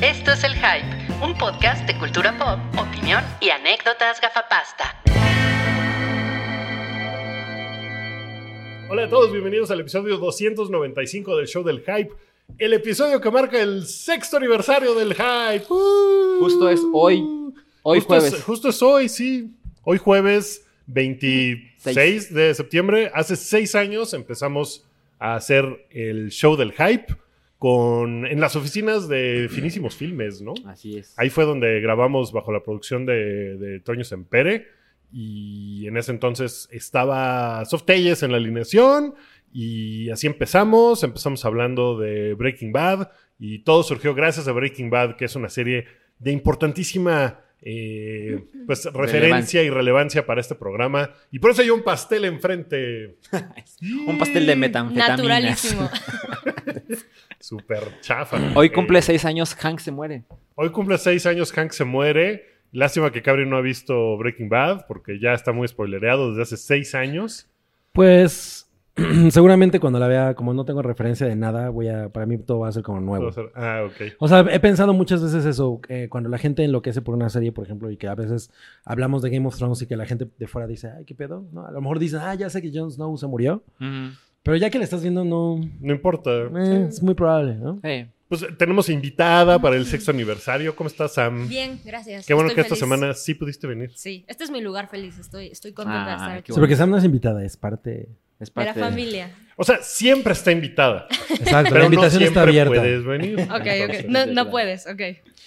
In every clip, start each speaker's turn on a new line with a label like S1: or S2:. S1: Esto es El Hype, un podcast de cultura pop, opinión y anécdotas gafapasta.
S2: Hola a todos, bienvenidos al episodio 295 del show del Hype. El episodio que marca el sexto aniversario del Hype. ¡Uh!
S3: Justo es hoy. Hoy
S2: Justo
S3: jueves.
S2: Es, justo es hoy, sí. Hoy jueves 26
S3: Seis.
S2: de septiembre. Hace seis años empezamos a hacer el show del Hype con, en las oficinas de Finísimos Filmes, ¿no?
S3: Así es.
S2: Ahí fue donde grabamos bajo la producción de, de Toño Sempere. Y en ese entonces estaba Soft Telles en la alineación. Y así empezamos. Empezamos hablando de Breaking Bad. Y todo surgió gracias a Breaking Bad, que es una serie de importantísima eh, pues, referencia y relevancia para este programa. Y por eso hay un pastel enfrente.
S3: Un pastel de metanfetaminas.
S4: Mm, Naturalísimo.
S2: Super chafa.
S3: Hoy
S2: Eh,
S3: cumple seis años, Hank se muere.
S2: Hoy cumple seis años, Hank se muere. Lástima que Cabri no ha visto Breaking Bad, porque ya está muy spoilereado desde hace seis años.
S5: Pues seguramente cuando la vea, como no tengo referencia de nada, voy a, para mí todo va a ser como nuevo.
S2: Todo ser- Ah, ok.
S5: O sea, he pensado muchas veces eso, eh, cuando la gente enloquece por una serie, por ejemplo, y que a veces hablamos de Game of Thrones y que la gente de fuera dice, ay, qué pedo, ¿no? A lo mejor dicen, ah, ya sé que Jon Snow se murió, pero ya que la estás viendo, no,
S2: No importa.
S5: eh, es muy probable, ¿no?
S3: Eh,
S2: Pues eh, tenemos invitada para el sexto aniversario. ¿Cómo estás, Sam?
S4: Bien, gracias.
S2: Qué bueno que
S4: Estoy
S2: esta
S4: feliz.
S2: semana sí pudiste venir.
S4: Sí, este es mi lugar feliz. Estoy, estoy contenta de
S3: Ah,
S4: estar
S3: qué
S4: aquí.
S5: Sí, porque Sam no es invitada, es parte...
S3: es
S4: De
S3: parte
S4: la familia.
S2: O sea, siempre está invitada,
S5: Exacto,
S2: pero
S5: la
S2: no
S5: invitación
S2: siempre
S5: está abierta.
S2: puedes venir.
S4: Ok,
S3: Ah,
S2: Entonces,
S4: ok. No,
S3: sí,
S4: no
S3: claro.
S4: puedes, ok.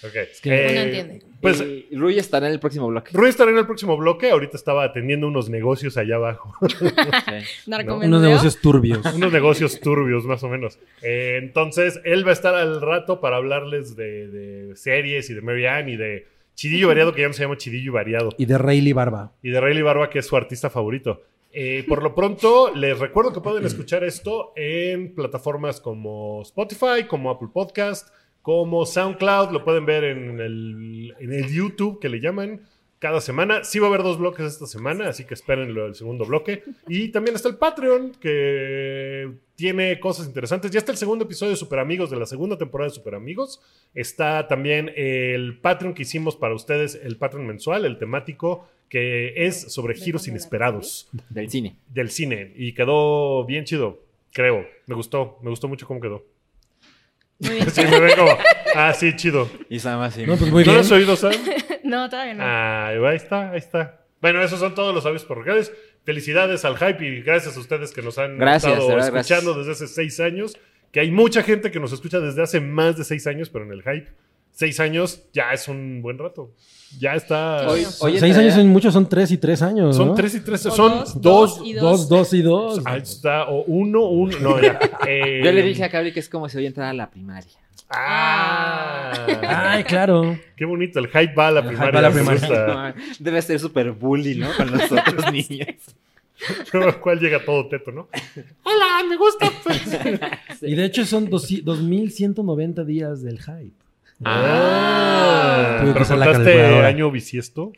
S2: ok.
S5: que
S2: Eh,
S4: uno entiende.
S2: Pues
S3: Pues, Rui estará en el próximo bloque.
S2: Rui estará en el próximo bloque. Ahorita estaba atendiendo unos negocios allá abajo.
S3: Sí.
S4: Narcomendeo.
S5: Unos negocios turbios.
S2: Unos negocios turbios, más o menos. Eh, entonces, él va a estar al rato para hablarles de, de series y de Mary Ann y de Chidillo Variado, que ya no se llama Chidillo Variado,
S5: y de Rayleigh Barba.
S2: y de Rayleigh Barba, que es su artista favorito. Eh, por lo pronto, les recuerdo que pueden escuchar esto en plataformas como Spotify, como Apple Podcast, como SoundCloud. Lo pueden ver en el, en el YouTube que le llaman cada semana. Sí va a haber dos bloques esta semana, así que espérenlo el segundo bloque. Y también está el Patreon, que tiene cosas interesantes. Ya está el segundo episodio de Super Amigos, de la segunda temporada de Super Amigos. Está también el Patreon que hicimos para ustedes, el Patreon mensual, el temático, que es sobre giros inesperados
S3: Del cine.
S2: del cine. Y quedó bien chido, creo. Me gustó, me gustó mucho cómo quedó.
S4: Muy bien.
S2: Sí, me ven como, ah, sí, chido.
S3: Y Sam así.
S5: No, pues muy
S2: ¿No lo
S5: bien.
S2: has oído, Sam?
S4: No, todavía no.
S2: Ah, ahí está, ahí está. Bueno, esos son todos los avisos parroquiales. Felicidades al hype y gracias a ustedes que nos han
S3: Gracias,
S2: estado
S3: de verdad,
S2: escuchando
S3: gracias.
S2: desde hace seis años. Que hay mucha gente que nos escucha desde hace más de seis años, pero en el hype, seis años ya es un buen rato. Ya está.
S3: Hoy- hoy
S5: Seis años
S3: entrará-
S5: son muchos, son tres y tres años,
S2: son
S5: ¿no?
S2: tres y tres,
S4: O
S2: son dos.
S4: dos, dos y
S5: Dos, dos y dos.
S2: Pues, Ahí está, o uno, uno. No, ya. Eh,
S3: Yo le dije a Cabri que es como si hoy entrara a la primaria.
S2: Ah,
S5: Ay, claro.
S2: qué bonito, el hype va a la
S5: El hype
S2: primaria.
S5: va a la
S2: me
S5: primaria.
S2: gusta.
S3: Debe ser súper bully, ¿no? Con los otros niños.
S2: cual llega todo teto, ¿no?
S5: Y de hecho son 200 2190 días del hype.
S2: Ah,
S5: Tuve que
S2: ¿Pero
S5: usar la
S2: contaste
S5: calculadora.
S2: año bisiesto?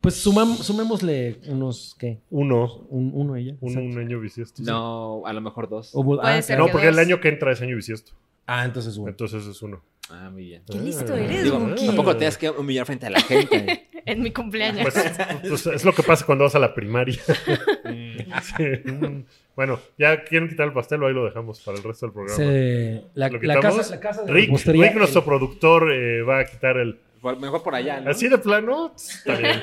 S5: Pues sumam- sumémosle unos, ¿qué?
S2: Uno.
S5: Un, uno a ella.
S2: Un,
S5: exacto.
S2: un año bisiesto.
S3: No, a lo mejor dos.
S5: O bu-
S4: Puede
S5: ah,
S4: ser
S2: No,
S5: claro.
S4: que
S2: porque el
S4: dos.
S2: año que entra es año bisiesto.
S5: Ah, entonces uno.
S2: Entonces es uno.
S3: Ah, muy bien.
S4: Qué listo eres,
S3: Digo,
S4: Monkey.
S3: tampoco te tienes que humillar frente a la gente.
S4: En mi cumpleaños.
S2: Pues, pues, es lo que pasa cuando vas a la primaria. Sí. Bueno, ya quieren quitar el pastel o ahí lo dejamos para el resto del programa.
S5: Se- la,
S2: ¿Lo
S5: la
S2: quitamos?
S5: casa, la casa de la
S2: Rick,
S5: repostería-
S2: Rick, nuestro productor, eh, va a quitar el.
S3: Por- mejor por allá, ¿no?
S2: ¿Así de plano? Está bien.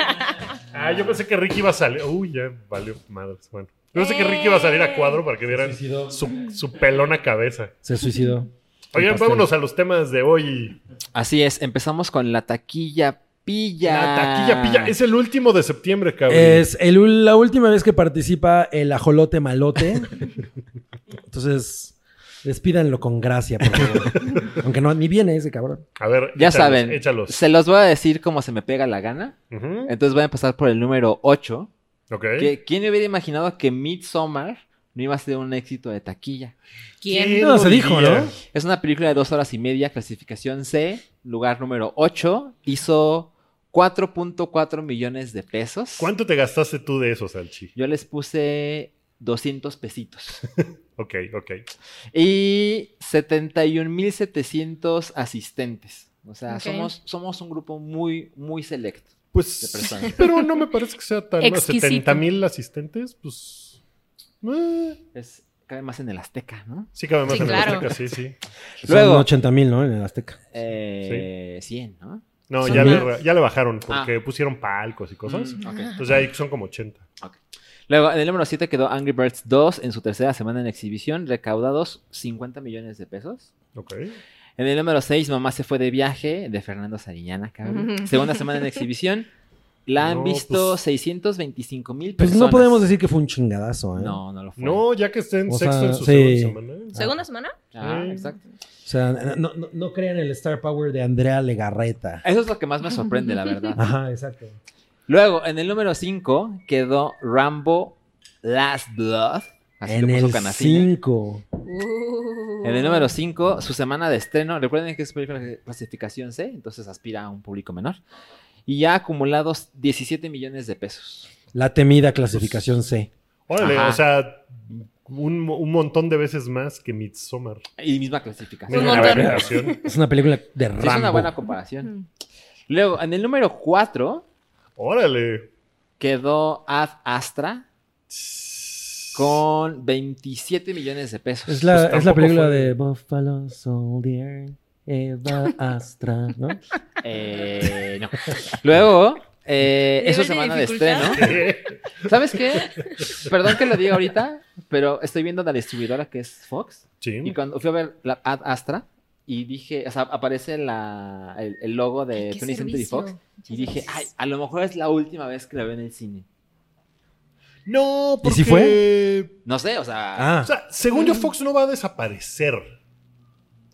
S2: Ah, yo pensé que Rick iba a salir. Uy, ya valió madres. Bueno, yo pensé que Rick iba a salir a cuadro para que
S5: se
S2: vieran
S5: suicidó.
S2: su, su pelona cabeza.
S5: Se suicidó.
S2: Oigan,
S5: El pastel.
S2: vámonos a los temas de hoy.
S3: Así es, empezamos con la taquilla pilla.
S2: La taquilla pilla. Es el último de septiembre, cabrón.
S5: Es el ul- la última vez que participa el ajolote malote. Entonces, despídanlo con gracia, por favor. Aunque no, ni viene ese cabrón.
S2: A ver,
S3: Ya
S2: échalos,
S3: saben,
S2: Échalos.
S3: se los voy a decir como se me pega la gana.
S2: Ujú,
S3: Entonces voy a empezar por el número 8.
S2: Ok.
S3: Que, ¿Quién hubiera imaginado que Midsommar no iba a ser un éxito de taquilla?
S4: ¿Quién?
S5: No, se
S2: lo
S5: dijo,
S2: diría?
S5: ¿no?
S3: Es una película de dos horas y media, clasificación C, lugar número 8. Hizo 4.4 millones de pesos.
S2: ¿Cuánto te gastaste tú de eso, Salchi?
S3: Yo les puse 200 pesitos.
S2: Ok, ok.
S3: Y 71.700 asistentes. O sea,
S4: Ok.
S3: somos, somos un grupo muy, muy select de
S2: Pues,
S3: personas.
S2: pero no me parece que sea tan...
S4: Exquisito.
S2: 70 mil asistentes, pues... eh,
S3: Es, cabe más en el Azteca, ¿no?
S2: sí cabe más
S4: Sí,
S2: en la
S4: claro.
S2: Azteca, sí, sí.
S5: Son
S3: Luego-
S5: 80 mil, ¿no? En el Azteca.
S3: Eh, 100, ¿no?
S2: No,
S5: Son
S2: ya le,
S5: mil.
S2: re- ya le bajaron porque
S4: Ah.
S2: pusieron palcos y cosas.
S3: Mm, ok.
S2: Entonces ya ahí son como 80.
S3: Luego, en el número 7 quedó Angry Birds 2 en su tercera semana en exhibición, recaudados 50 millones de pesos.
S2: Ok.
S3: En el número 6, Mamá se fue de viaje, de Fernando Sariñana, cabrón.
S4: Ujú.
S3: Segunda semana en exhibición. La han
S2: No,
S3: visto
S2: pues-
S3: 625 mil
S5: Pues
S3: personas.
S5: no podemos decir que fue un chingadazo, ¿eh?
S3: No, no lo fue.
S2: No, ya que estén
S5: O
S2: sexto
S5: sea,
S2: en su segunda
S5: sí.
S2: semana.
S4: ¿Segunda semana?
S3: Ah,
S2: Sí.
S3: exacto.
S5: O sea, no, no, no crean el Star Power de Andrea Legarreta.
S3: Eso es lo que más me sorprende, la verdad.
S5: Ajá, exacto.
S3: Luego, en el número 5 quedó Rambo Last Blood. Así
S5: en
S3: lo puso
S5: el
S3: Canacine.
S5: 5.
S4: Uh.
S3: En el número 5, su semana de estreno. Recuerden que es película de clasificación C, entonces aspira a un público menor. Y ya acumulados 17 millones de pesos.
S5: La temida clasificación C.
S2: Órale,
S3: Ajá.
S2: o sea, un, mo- un montón de veces más que Midsommar.
S3: Y misma clasificación.
S4: Un
S2: Mira,
S4: montón.
S2: la relación.
S5: Es una película de
S3: Sí,
S5: Rambo.
S3: es una buena comparación.
S4: Mm.
S3: Luego, en el número 4
S2: Órale.
S3: quedó Ad Astra con 27 millones de pesos.
S5: Es la,
S2: Pues
S5: es la
S2: tampoco
S5: película
S2: fue-
S5: de Buffalo Soldier, Eva Astra, ¿no?
S3: Eh, no. Luego, eh, es su
S4: ¿Nivel de
S3: semana de
S4: dificultad?
S3: estreno.
S2: ¿Qué?
S3: ¿Sabes qué? Perdón que lo diga ahorita, pero estoy viendo la distribuidora que es Fox.
S2: Sí.
S3: Y cuando fui a ver la Ad Astra y dije, o sea, aparece la, el, el logo de
S4: Qué
S3: 20th Century
S4: servicio.
S3: Fox. Eh, Y
S4: Muchas
S3: dije, ay,
S4: gracias.
S3: a lo mejor es la última vez que la veo en el cine.
S2: No,
S5: ¿Y
S2: porque...
S5: si
S3: No sé, o sea,
S5: Ah,
S2: O sea, según yo, Fox no va a desaparecer.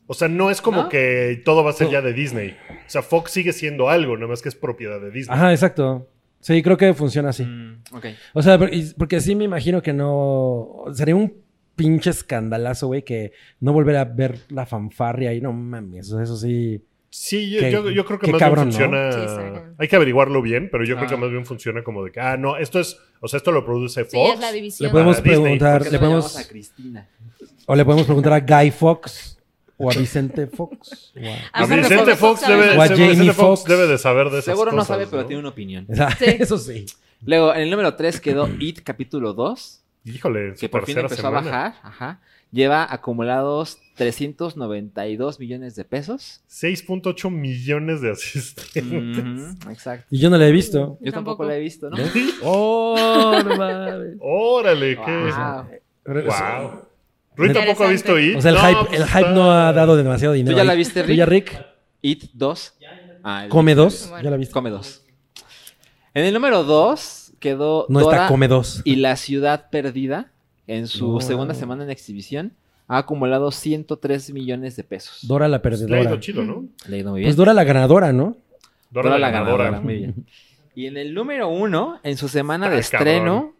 S2: O sea, no es como
S3: ¿No?
S2: que todo va a ser
S3: No.
S2: ya de Disney. O sea, Fox sigue siendo algo, nada más que es propiedad de Disney.
S5: ajá, exacto. Sí, creo que funciona así.
S3: mm, ok.
S5: O sea, por- y- porque sí me imagino que no. Sería un pinche escandalazo, güey, que no volver a ver la fanfarria y no mames. o sea, Eso sí.
S2: Sí, yo,
S5: Qué-
S2: yo, yo creo que
S5: qué
S2: más
S5: cabrón, ¿no?
S2: bien funciona.
S4: Sí, está.
S2: Hay que averiguarlo bien, pero yo creo
S3: Ah.
S2: que más bien funciona como de que, ah, no, esto es, o sea, esto lo produce
S4: Sí,
S2: Fox.
S4: es la división.
S5: Le podemos
S2: Disney,
S5: preguntar.
S3: ¿Por qué
S5: Le
S3: no llamamos
S5: podemos,
S3: a Cristina?
S5: o le podemos preguntar a Guy Fox o a Vicente Fox. o a-
S2: A
S4: Ajá,
S2: Pues Vicente
S4: pero
S2: Fox,
S4: sabe
S2: debe,
S5: más. O a
S2: seguro Vicente
S5: Jamie
S2: Fox
S5: Fox.
S2: debe de saber de esas
S3: Seguro no
S2: cosas,
S3: sabe, pero tiene una opinión.
S5: o sea,
S4: Sí.
S5: Eso sí.
S3: Luego, en el número 3 quedó It Capítulo 2,
S2: Híjole, en su
S3: que por fin
S2: tercera
S3: empezó
S2: semana.
S3: a bajar. Ajá. Lleva acumulados 392 millones de pesos.
S2: 6.8 millones de asistentes.
S3: Ujú, exacto.
S5: Y yo no la he visto.
S3: Yo tampoco
S4: Tampoco.
S3: la he visto, ¿no?
S5: Oh, no mames.
S2: Órale,
S3: Wow.
S2: qué.
S5: Pero-
S2: Wow. Rui tampoco ha visto
S4: Interesante.
S2: It.
S5: O sea, el,
S2: No,
S5: hype,
S2: pues
S5: el
S2: está-
S5: hype no ha dado demasiado
S3: ¿Tú
S5: dinero.
S3: ya la
S5: ahí.
S3: viste,
S5: ¿Tú ya,
S3: Rick?
S5: Rick?
S3: It 2. Ah, el-
S5: ¿Come dos?
S4: Bueno.
S5: ¿Ya la viste?
S3: Come 2. En el número 2 quedó
S5: No
S3: Dora
S5: está Come dos.
S3: y la ciudad perdida en su
S5: No.
S3: segunda semana en exhibición. Ha acumulado 103 millones de pesos.
S5: Dora la
S2: Le ha ido
S5: perdedora.
S2: chido, ¿no?
S3: Le ha ido muy bien.
S5: Pues Dora la ganadora, ¿no?
S2: Dora, la ganadora.
S3: Muy bien. Y en el número uno, en su semana
S2: Está
S3: de estreno,
S2: cabrón.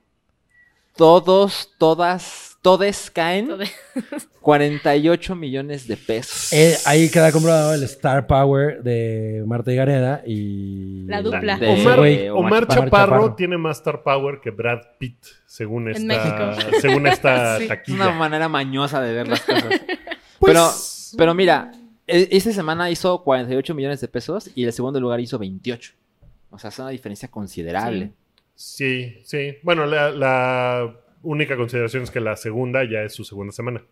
S3: todos, todas, todes caen
S4: Todes.
S3: 48 millones de pesos.
S5: Eh, ahí queda comprobado el Star Power de Marta y Gareda y...
S4: La dupla.
S3: De-
S2: Omar,
S5: güey,
S2: Omar
S3: Omar
S2: Chaparro,
S5: Chaparro.
S2: tiene más star power que Brad Pitt, según
S4: En
S2: esta,
S4: México.
S2: según esta
S4: Sí.
S3: Es una
S2: taquilla.
S3: manera mañosa de ver las cosas. pero,
S5: Pues,
S3: pero mira, e- esta semana hizo 48 millones de pesos y el segundo lugar hizo 28. O sea, es una diferencia considerable.
S2: Sí, sí. Bueno, la, la única consideración es que la segunda ya es su segunda semana.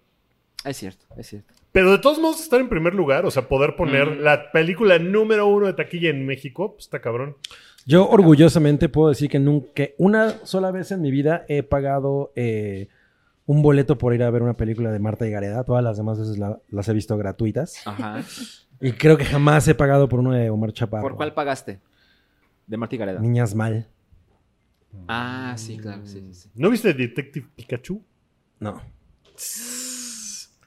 S3: Es cierto, es cierto.
S2: Pero de todos modos, estar en primer lugar, o sea, poder poner
S3: Mm.
S2: la película número uno de taquilla en México, pues está cabrón.
S5: Yo orgullosamente puedo decir que nunca, que una sola vez en mi vida he pagado eh, un boleto por ir a ver una película de Marta y Gareda. Todas las demás veces la- las he visto gratuitas.
S3: Ajá.
S5: Y creo que jamás he pagado por uno de Omar Chaparro.
S3: ¿Por cuál pagaste? De Martí Gareda.
S5: Niñas mal.
S3: Ah, sí, claro, sí, sí, sí.
S2: ¿No viste Detective Pikachu?
S5: No.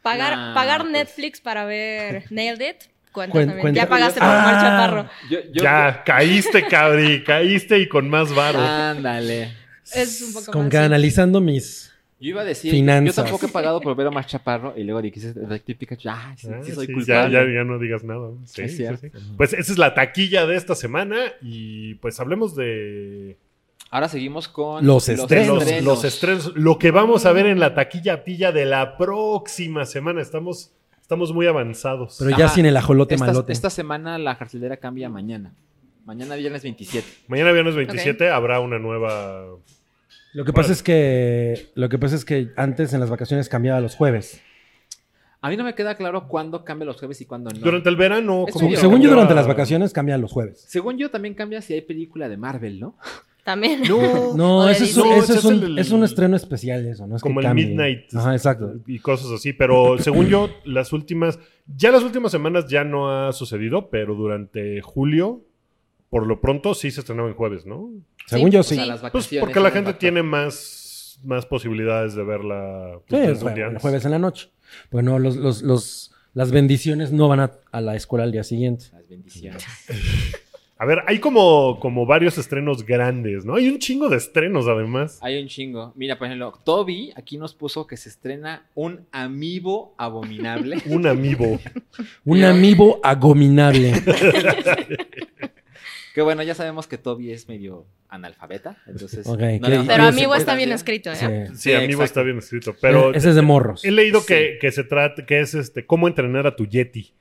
S4: Pagar,
S3: Nah,
S4: pagar
S3: pues.
S4: Netflix para ver Nailed It. Cuenta
S5: Cuen-
S4: también.
S5: cuenta.
S4: Ya pagaste por Omar
S5: Ah.
S4: Chaparro.
S3: Yo- yo-
S2: ya, caíste, cabri, caíste y con más varo.
S3: Ándale.
S4: Es un poco
S5: Con
S4: más,
S5: que
S4: sí.
S5: analizando mis...
S3: Yo iba a decir,
S5: Finanzas.
S3: yo tampoco he pagado por ver a Omar Chaparro y luego dije, Detective Pikachu, ah, sí,
S2: Ah,
S3: sí soy
S2: sí, ya,
S3: culpable.
S2: ya, ya no digas nada. Sí,
S3: Es
S2: sí,
S3: cierto.
S2: sí. Pues esa es la taquilla de esta semana y pues hablemos de
S3: Ahora seguimos con
S5: Los
S2: de
S5: estrenos.
S2: los, los estrenos, lo que vamos a ver en la taquilla pilla de la próxima semana. Estamos, Estamos muy avanzados.
S5: Pero ya
S3: Ajá.
S5: sin el ajolote
S3: Esta,
S5: malote.
S3: esta semana la cartelera cambia mañana. Mañana viernes 27.
S2: Mañana viernes 27 habrá una nueva.
S5: Lo que pasa
S2: Órale.
S5: es que lo que pasa es que antes en las vacaciones cambiaba los jueves.
S3: A mí no me queda claro cuándo cambia los jueves y cuándo no.
S2: Durante el verano.
S3: Es
S2: como
S3: un
S2: que
S3: video.
S5: Según yo
S2: habrá-
S5: durante las vacaciones cambian los jueves.
S3: Según yo también cambia si hay película de Marvel, ¿no?
S4: También.
S2: No,
S5: No,
S4: Oye,
S5: eso es,
S4: no,
S5: eso
S2: ese
S5: es
S2: es
S5: un,
S2: el-
S5: es un estreno especial eso, ¿no? Es que
S2: como el
S5: cambie.
S2: Midnight.
S5: Ajá, exacto.
S2: y cosas así. Pero según yo, las últimas, ya las últimas semanas ya no ha sucedido, pero durante julio, por lo pronto, sí se estrenaba en jueves, ¿no?
S5: Según yo sí.
S3: O sea, las
S2: Pues
S3: vacaciones.
S2: porque la
S3: son
S2: gente
S3: las vaca-
S2: tiene más, más posibilidades de verla
S5: Sí,
S2: pues,
S5: el,
S2: durante un
S5: jue-
S2: día
S5: el
S2: antes.
S5: jueves en la noche. Bueno, los, los, los, las bendiciones no van a, a la escuela al día siguiente.
S3: Las bendiciones.
S2: A ver, hay como, como varios estrenos grandes, ¿no? Hay un chingo de estrenos además.
S3: Hay un chingo. Mira, por ejemplo, Toby aquí nos puso que se estrena un amiibo abominable.
S2: Un amiibo.
S5: Un amigo abominable.
S3: que bueno, ya sabemos que Toby es medio analfabeta. Entonces,
S5: Ok,
S3: no
S5: que-
S3: le-
S4: Pero
S5: Yo
S4: amigo
S5: sé-
S4: está bien escrito, ¿eh?
S3: Ah,
S5: Sí. E-,
S2: Sí, amiibo
S3: exacto.
S2: está bien escrito. Pero
S5: Ese es de morros.
S2: he leído
S3: Sí.
S2: que, que se trata, que es este, cómo entrenar a tu Yeti.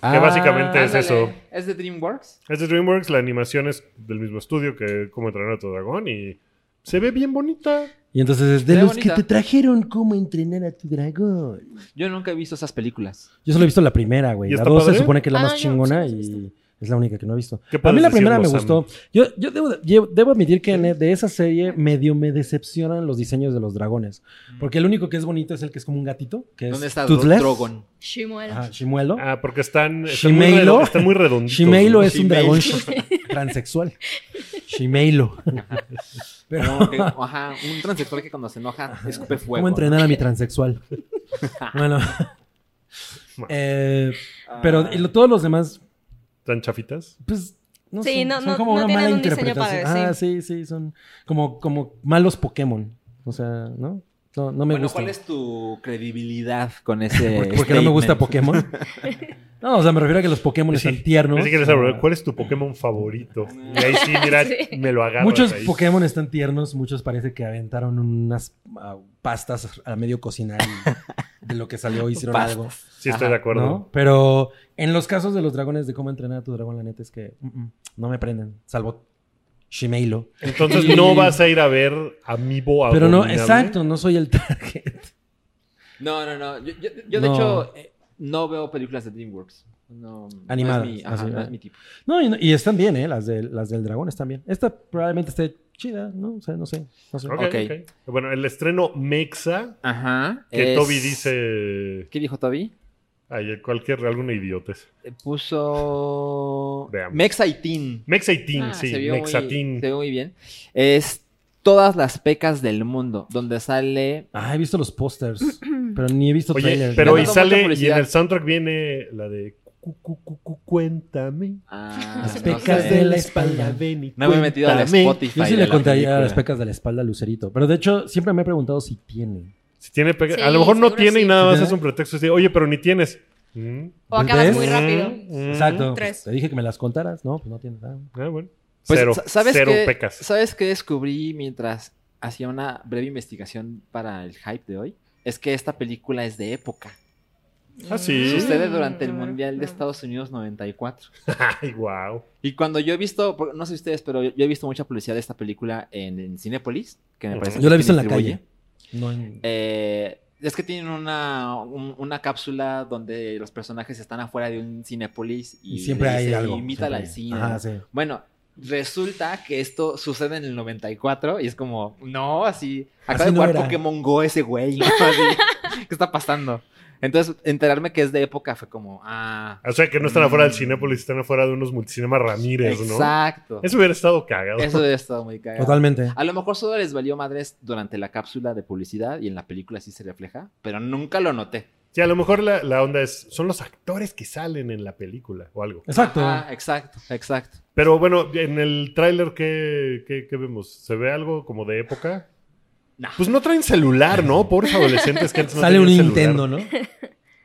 S5: Ah,
S2: básicamente es-
S3: Ándale,
S2: eso.
S3: Es de DreamWorks.
S2: Es de DreamWorks, la animación es del mismo estudio que Cómo entrenar a tu dragón y se ve bien bonita.
S5: Y entonces es de
S3: Qué
S5: los
S3: bonita.
S5: que te trajeron cómo entrenar a tu dragón.
S3: Yo nunca he visto esas películas.
S5: Yo solo he visto la primera, güey.
S2: ¿Y
S5: La
S2: está
S5: dos se
S2: padre?
S5: supone que es la
S4: Ah,
S5: más
S4: yo sí
S5: chingona
S4: las he visto.
S5: y es la única que no he visto.
S2: ¿Qué
S5: A mí
S2: puedes
S5: la primera me
S2: decirnos, Sam?
S5: gustó. Yo, yo debo, yo debo admitir que en- de esa serie medio me decepcionan los diseños de los dragones.
S2: Mm.
S5: Porque el único que es bonito es el que es como un gatito, que es
S3: ¿Dónde está
S5: toothless.
S3: Drogon?
S4: Shimuel.
S5: Ajá, Shimuelo.
S2: Ah, porque están, están, muy,
S5: Shimeilo.
S2: redo- están muy redonditos.
S5: Shimeilo
S2: ¿no?
S5: es un
S3: Shimeilo.
S5: dragón shi- transexual. Shimeilo. Pero-
S3: No, que- ajá, un transexual que cuando se enoja escupe fuego.
S5: ¿Cómo entrenar a mi transexual? bueno. Eh,
S3: Ah,
S5: pero y lo- todos los demás,
S2: Están chafitas.
S5: pues. No
S4: Sí,
S5: sé,
S4: no-
S5: son
S4: no-
S5: como
S4: no
S5: una
S4: tienen
S5: mala
S4: un diseño
S5: interpretación.
S4: padre,
S5: ah, sí, sí, son como, como malos Pokémon. O sea, ¿no? No, no me
S3: bueno,
S5: gusta.
S3: ¿cuál es tu credibilidad con ese
S2: este
S5: Porque no me gusta
S3: statement?
S5: Pokémon. No, o sea, me refiero a que los Pokémon
S2: Sí.
S5: están tiernos.
S2: Así que les abro, ¿cuál
S5: Ah.
S2: es tu Pokémon favorito? Y ahí sí, mira,
S4: Sí.
S2: me lo agarro.
S5: Muchos Pokémon están tiernos, muchos parece que aventaron unas ah, pastas a medio cocinar y de lo que salió hicieron
S3: Pastas.
S5: algo.
S2: Sí, estoy
S3: Ajá,
S2: de acuerdo.
S5: ¿no? Pero en los casos de los dragones de cómo entrenar a tu dragón, la neta es que mm, mm, no me prenden, salvo Shimeilo.
S2: Entonces
S5: Y-
S2: no vas a ir a ver Amiibo
S5: Pero no,
S2: Abominable?
S5: exacto, no soy el target.
S3: No, no, no. Yo, yo- yo, de
S5: No.
S3: hecho eh, no veo películas de DreamWorks. No,
S5: Animadas,
S3: No es mi, ajá,
S5: así,
S3: no
S5: ah.
S3: es mi tipo.
S5: No, y, no- y están bien, ¿eh? Las, de, las del dragón están bien. Esta probablemente esté chida, ¿no? O sea, no sé. no sé.
S2: Ok,
S3: Ok.
S2: ok. Bueno, el estreno Mexa,
S3: Ajá.
S2: que
S3: es-
S2: Toby dice...
S3: ¿Qué dijo Toby?
S2: Ay, cualquier, alguna idiotez.
S3: Eh, Puso.
S2: Veamos.
S3: Mexa y Teen.
S2: Mexatín,
S3: Ah,
S2: sí,
S3: se vio muy-
S2: Mexatín.
S3: Se vio muy bien. Es Todas las pecas del mundo, donde sale.
S5: Ah, he visto los pósters, pero ni he visto
S2: Oye,
S5: trailers.
S2: pero
S3: Me
S2: y
S3: mandó mucha
S2: sale, y en
S3: publicidad.
S2: el soundtrack viene la de... cu- cu- cu- cu- Cuéntame.
S3: Ah,
S5: Las
S3: no
S5: pecas
S3: sé.
S5: de la espalda,
S2: ven y
S3: No me he metido al
S2: cuéntame.
S3: Spotify.
S5: Yo sí
S3: de
S5: le
S3: la
S5: contaría
S3: película.
S5: las pecas de la espalda a Lucerito. Pero de hecho, siempre me he preguntado si tiene.
S2: Si tiene pega-
S4: Sí,
S2: a lo mejor no
S4: seguro
S2: tiene y
S4: sí.
S2: nada más
S5: Ajá.
S2: es un pretexto. así de, Oye, pero ni tienes. Mm,
S4: O acabas
S5: ¿Ves?
S4: muy rápido.
S2: mm, mm.
S5: Exacto.
S4: Tres.
S5: Te dije que me las contaras. No, pues no tiene nada.
S2: Ah, bueno.
S3: Pues,
S2: cero.
S3: sa- ¿sabes
S2: cero
S3: qué-
S2: pecas.
S3: ¿Sabes qué descubrí mientras hacía una breve investigación para el hype de hoy? Es que esta película es de época.
S2: Ah, sí.
S3: Sucede durante el
S4: Mm,
S3: Mundial de
S4: mm.
S3: Estados Unidos 94.
S2: Ay, wow.
S3: Y cuando yo he visto, por- no sé ustedes, pero yo he visto mucha publicidad de esta película en, en Cinépolis, que me
S2: Ujú.
S3: parece
S5: Yo la
S3: que
S5: he visto en la
S3: distribuye.
S5: calle. No en-
S3: Eh, es que tienen una, un- una cápsula donde los personajes están afuera de un Cinépolis y,
S5: y siempre
S3: le
S5: hay
S3: dice,
S5: algo.
S3: Imítala
S5: siempre.
S3: al cine.
S5: Ajá, sí.
S3: Bueno, resulta que esto sucede en el 94 y es como, no, así,
S5: Así
S3: acaba de
S5: no
S3: jugar
S5: era.
S3: Pokémon Go ese güey, ¿no? Así, ¿qué está pasando? Entonces, enterarme que es de época fue como, ah,
S2: O sea, que no están afuera del
S3: Mm.
S2: Cinépolis, están afuera de unos multicinemas Ramírez, ¿no?
S3: exacto.
S2: Eso hubiera estado cagado.
S3: Eso debe estado muy cagado.
S5: Totalmente.
S3: A lo mejor solo les valió madres durante la cápsula de publicidad y en la película sí se refleja, pero nunca lo noté.
S2: Sí, a lo mejor la, la onda es, son los actores que salen en la película o algo.
S5: Exacto.
S3: Ah, exacto, exacto.
S2: Pero bueno, en el tráiler, ¿qué, qué, qué vemos? ¿Se ve algo como de época?
S3: Nah.
S2: Pues no traen celular, ¿no? Pobres adolescentes que antes no
S5: Sale un
S2: tenían celular.
S5: Nintendo,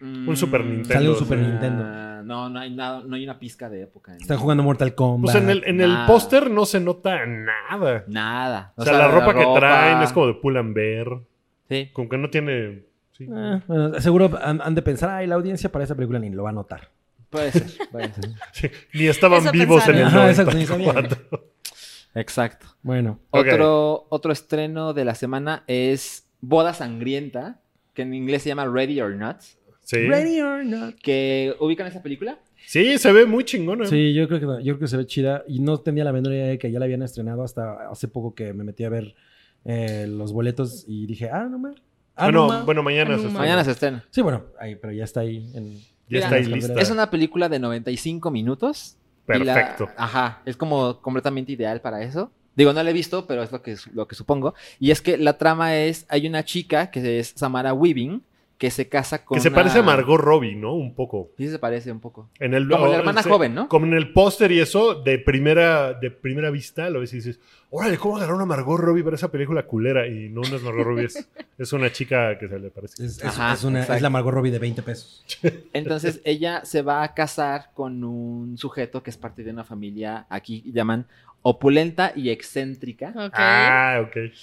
S5: ¿no?
S3: Mm,
S2: Un Super Nintendo.
S5: Sale un Super
S2: sí.
S5: Nintendo.
S3: Ah, No, no hay nada, no hay una pizca de época. en-
S5: Están jugando Mortal Kombat.
S2: Pues en el, en el
S3: Nada.
S2: póster no se nota nada.
S3: Nada.
S2: O sea, la ropa que traen es como de pull and bear.
S3: Sí.
S2: Como que no tiene Sí.
S5: Eh, bueno, seguro han, han de pensar, ay, la audiencia para esa película ni lo va a notar.
S3: Puede ser, puede ser.
S2: Sí, Ni estaban
S4: Eso
S2: vivos en el
S5: pensaron. Ajá, exacto, ni
S2: 94.
S3: Exacto.
S5: Bueno,
S2: Ok.
S3: Otro, otro estreno de la semana es Boda Sangrienta, que en inglés se llama Ready or Not.
S2: Sí.
S5: ready or not.
S3: Que ubican esa película.
S2: Sí, se ve muy ¿eh? chingona.
S5: Sí, yo creo, que, yo creo que se ve chida y no tenía la menor idea de que ya la habían estrenado hasta hace poco que me metí a ver eh, los boletos y dije, ah, no mames. Ah, no,
S2: bueno,
S5: ma.
S2: bueno, mañana
S4: Anuma.
S2: se estrena.
S3: Mañana se estrena.
S5: Sí, bueno, ahí, pero ya está ahí. en-
S2: Ya
S3: Mira,
S2: está ahí
S5: es
S2: lista.
S3: Es una película de 95 minutos. y la-
S2: Perfecto.
S3: ajá, es como completamente ideal para eso. Digo, no la he visto, pero es lo que, lo que supongo. Y es que la trama es, hay una chica que es Samara Weaving, que se casa con...
S2: Que se
S3: una-
S2: parece a Margot Robbie, ¿no? Un poco.
S3: Sí, se parece un poco.
S2: En el,
S3: Como la
S2: o-
S3: hermana
S2: se-
S3: joven, ¿no?
S2: Como en el póster y eso, de primera, de primera vista, lo ves y dices, órale, ¿cómo agarraron a Margot Robbie para esa película culera? Y no, no es Margot Robbie, es, es una chica que se le parece.
S5: Es, es-
S3: Ajá,
S5: es una- es
S3: exacto.
S5: la Margot Robbie de 20 pesos.
S3: Entonces ella se va a casar con un sujeto que es parte de una familia, aquí llaman opulenta y excéntrica.
S4: Ok.
S2: Ah, ok.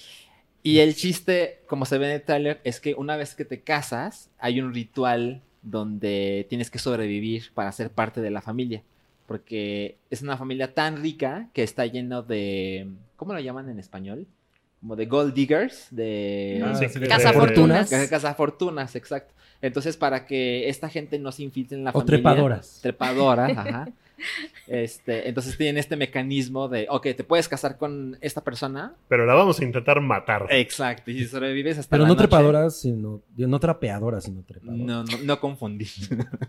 S3: Y el chiste, como se ve en el tráiler, es que una vez que te casas, hay un ritual donde tienes que sobrevivir para ser parte de la familia. Porque es una familia tan rica que está lleno de... ¿Cómo lo llaman en español? Como de gold diggers, de...
S4: Ah,
S2: sí,
S5: de-
S4: Casa
S5: de-
S4: Fortunas.
S3: Que se casa fortunas, exacto. Entonces, para que esta gente no se infiltre en la
S5: O
S3: familia.
S5: trepadoras.
S3: Trepadoras, ajá. Este, entonces tienen este mecanismo de, ok, te puedes casar con esta persona.
S2: Pero la vamos a intentar matar.
S3: Exacto. Y si sobrevives hasta
S5: Pero
S3: la
S5: no
S3: noche-
S5: trepadoras, sino. digo, No trapeadoras, sino trepadoras.
S3: No, no, no confundí.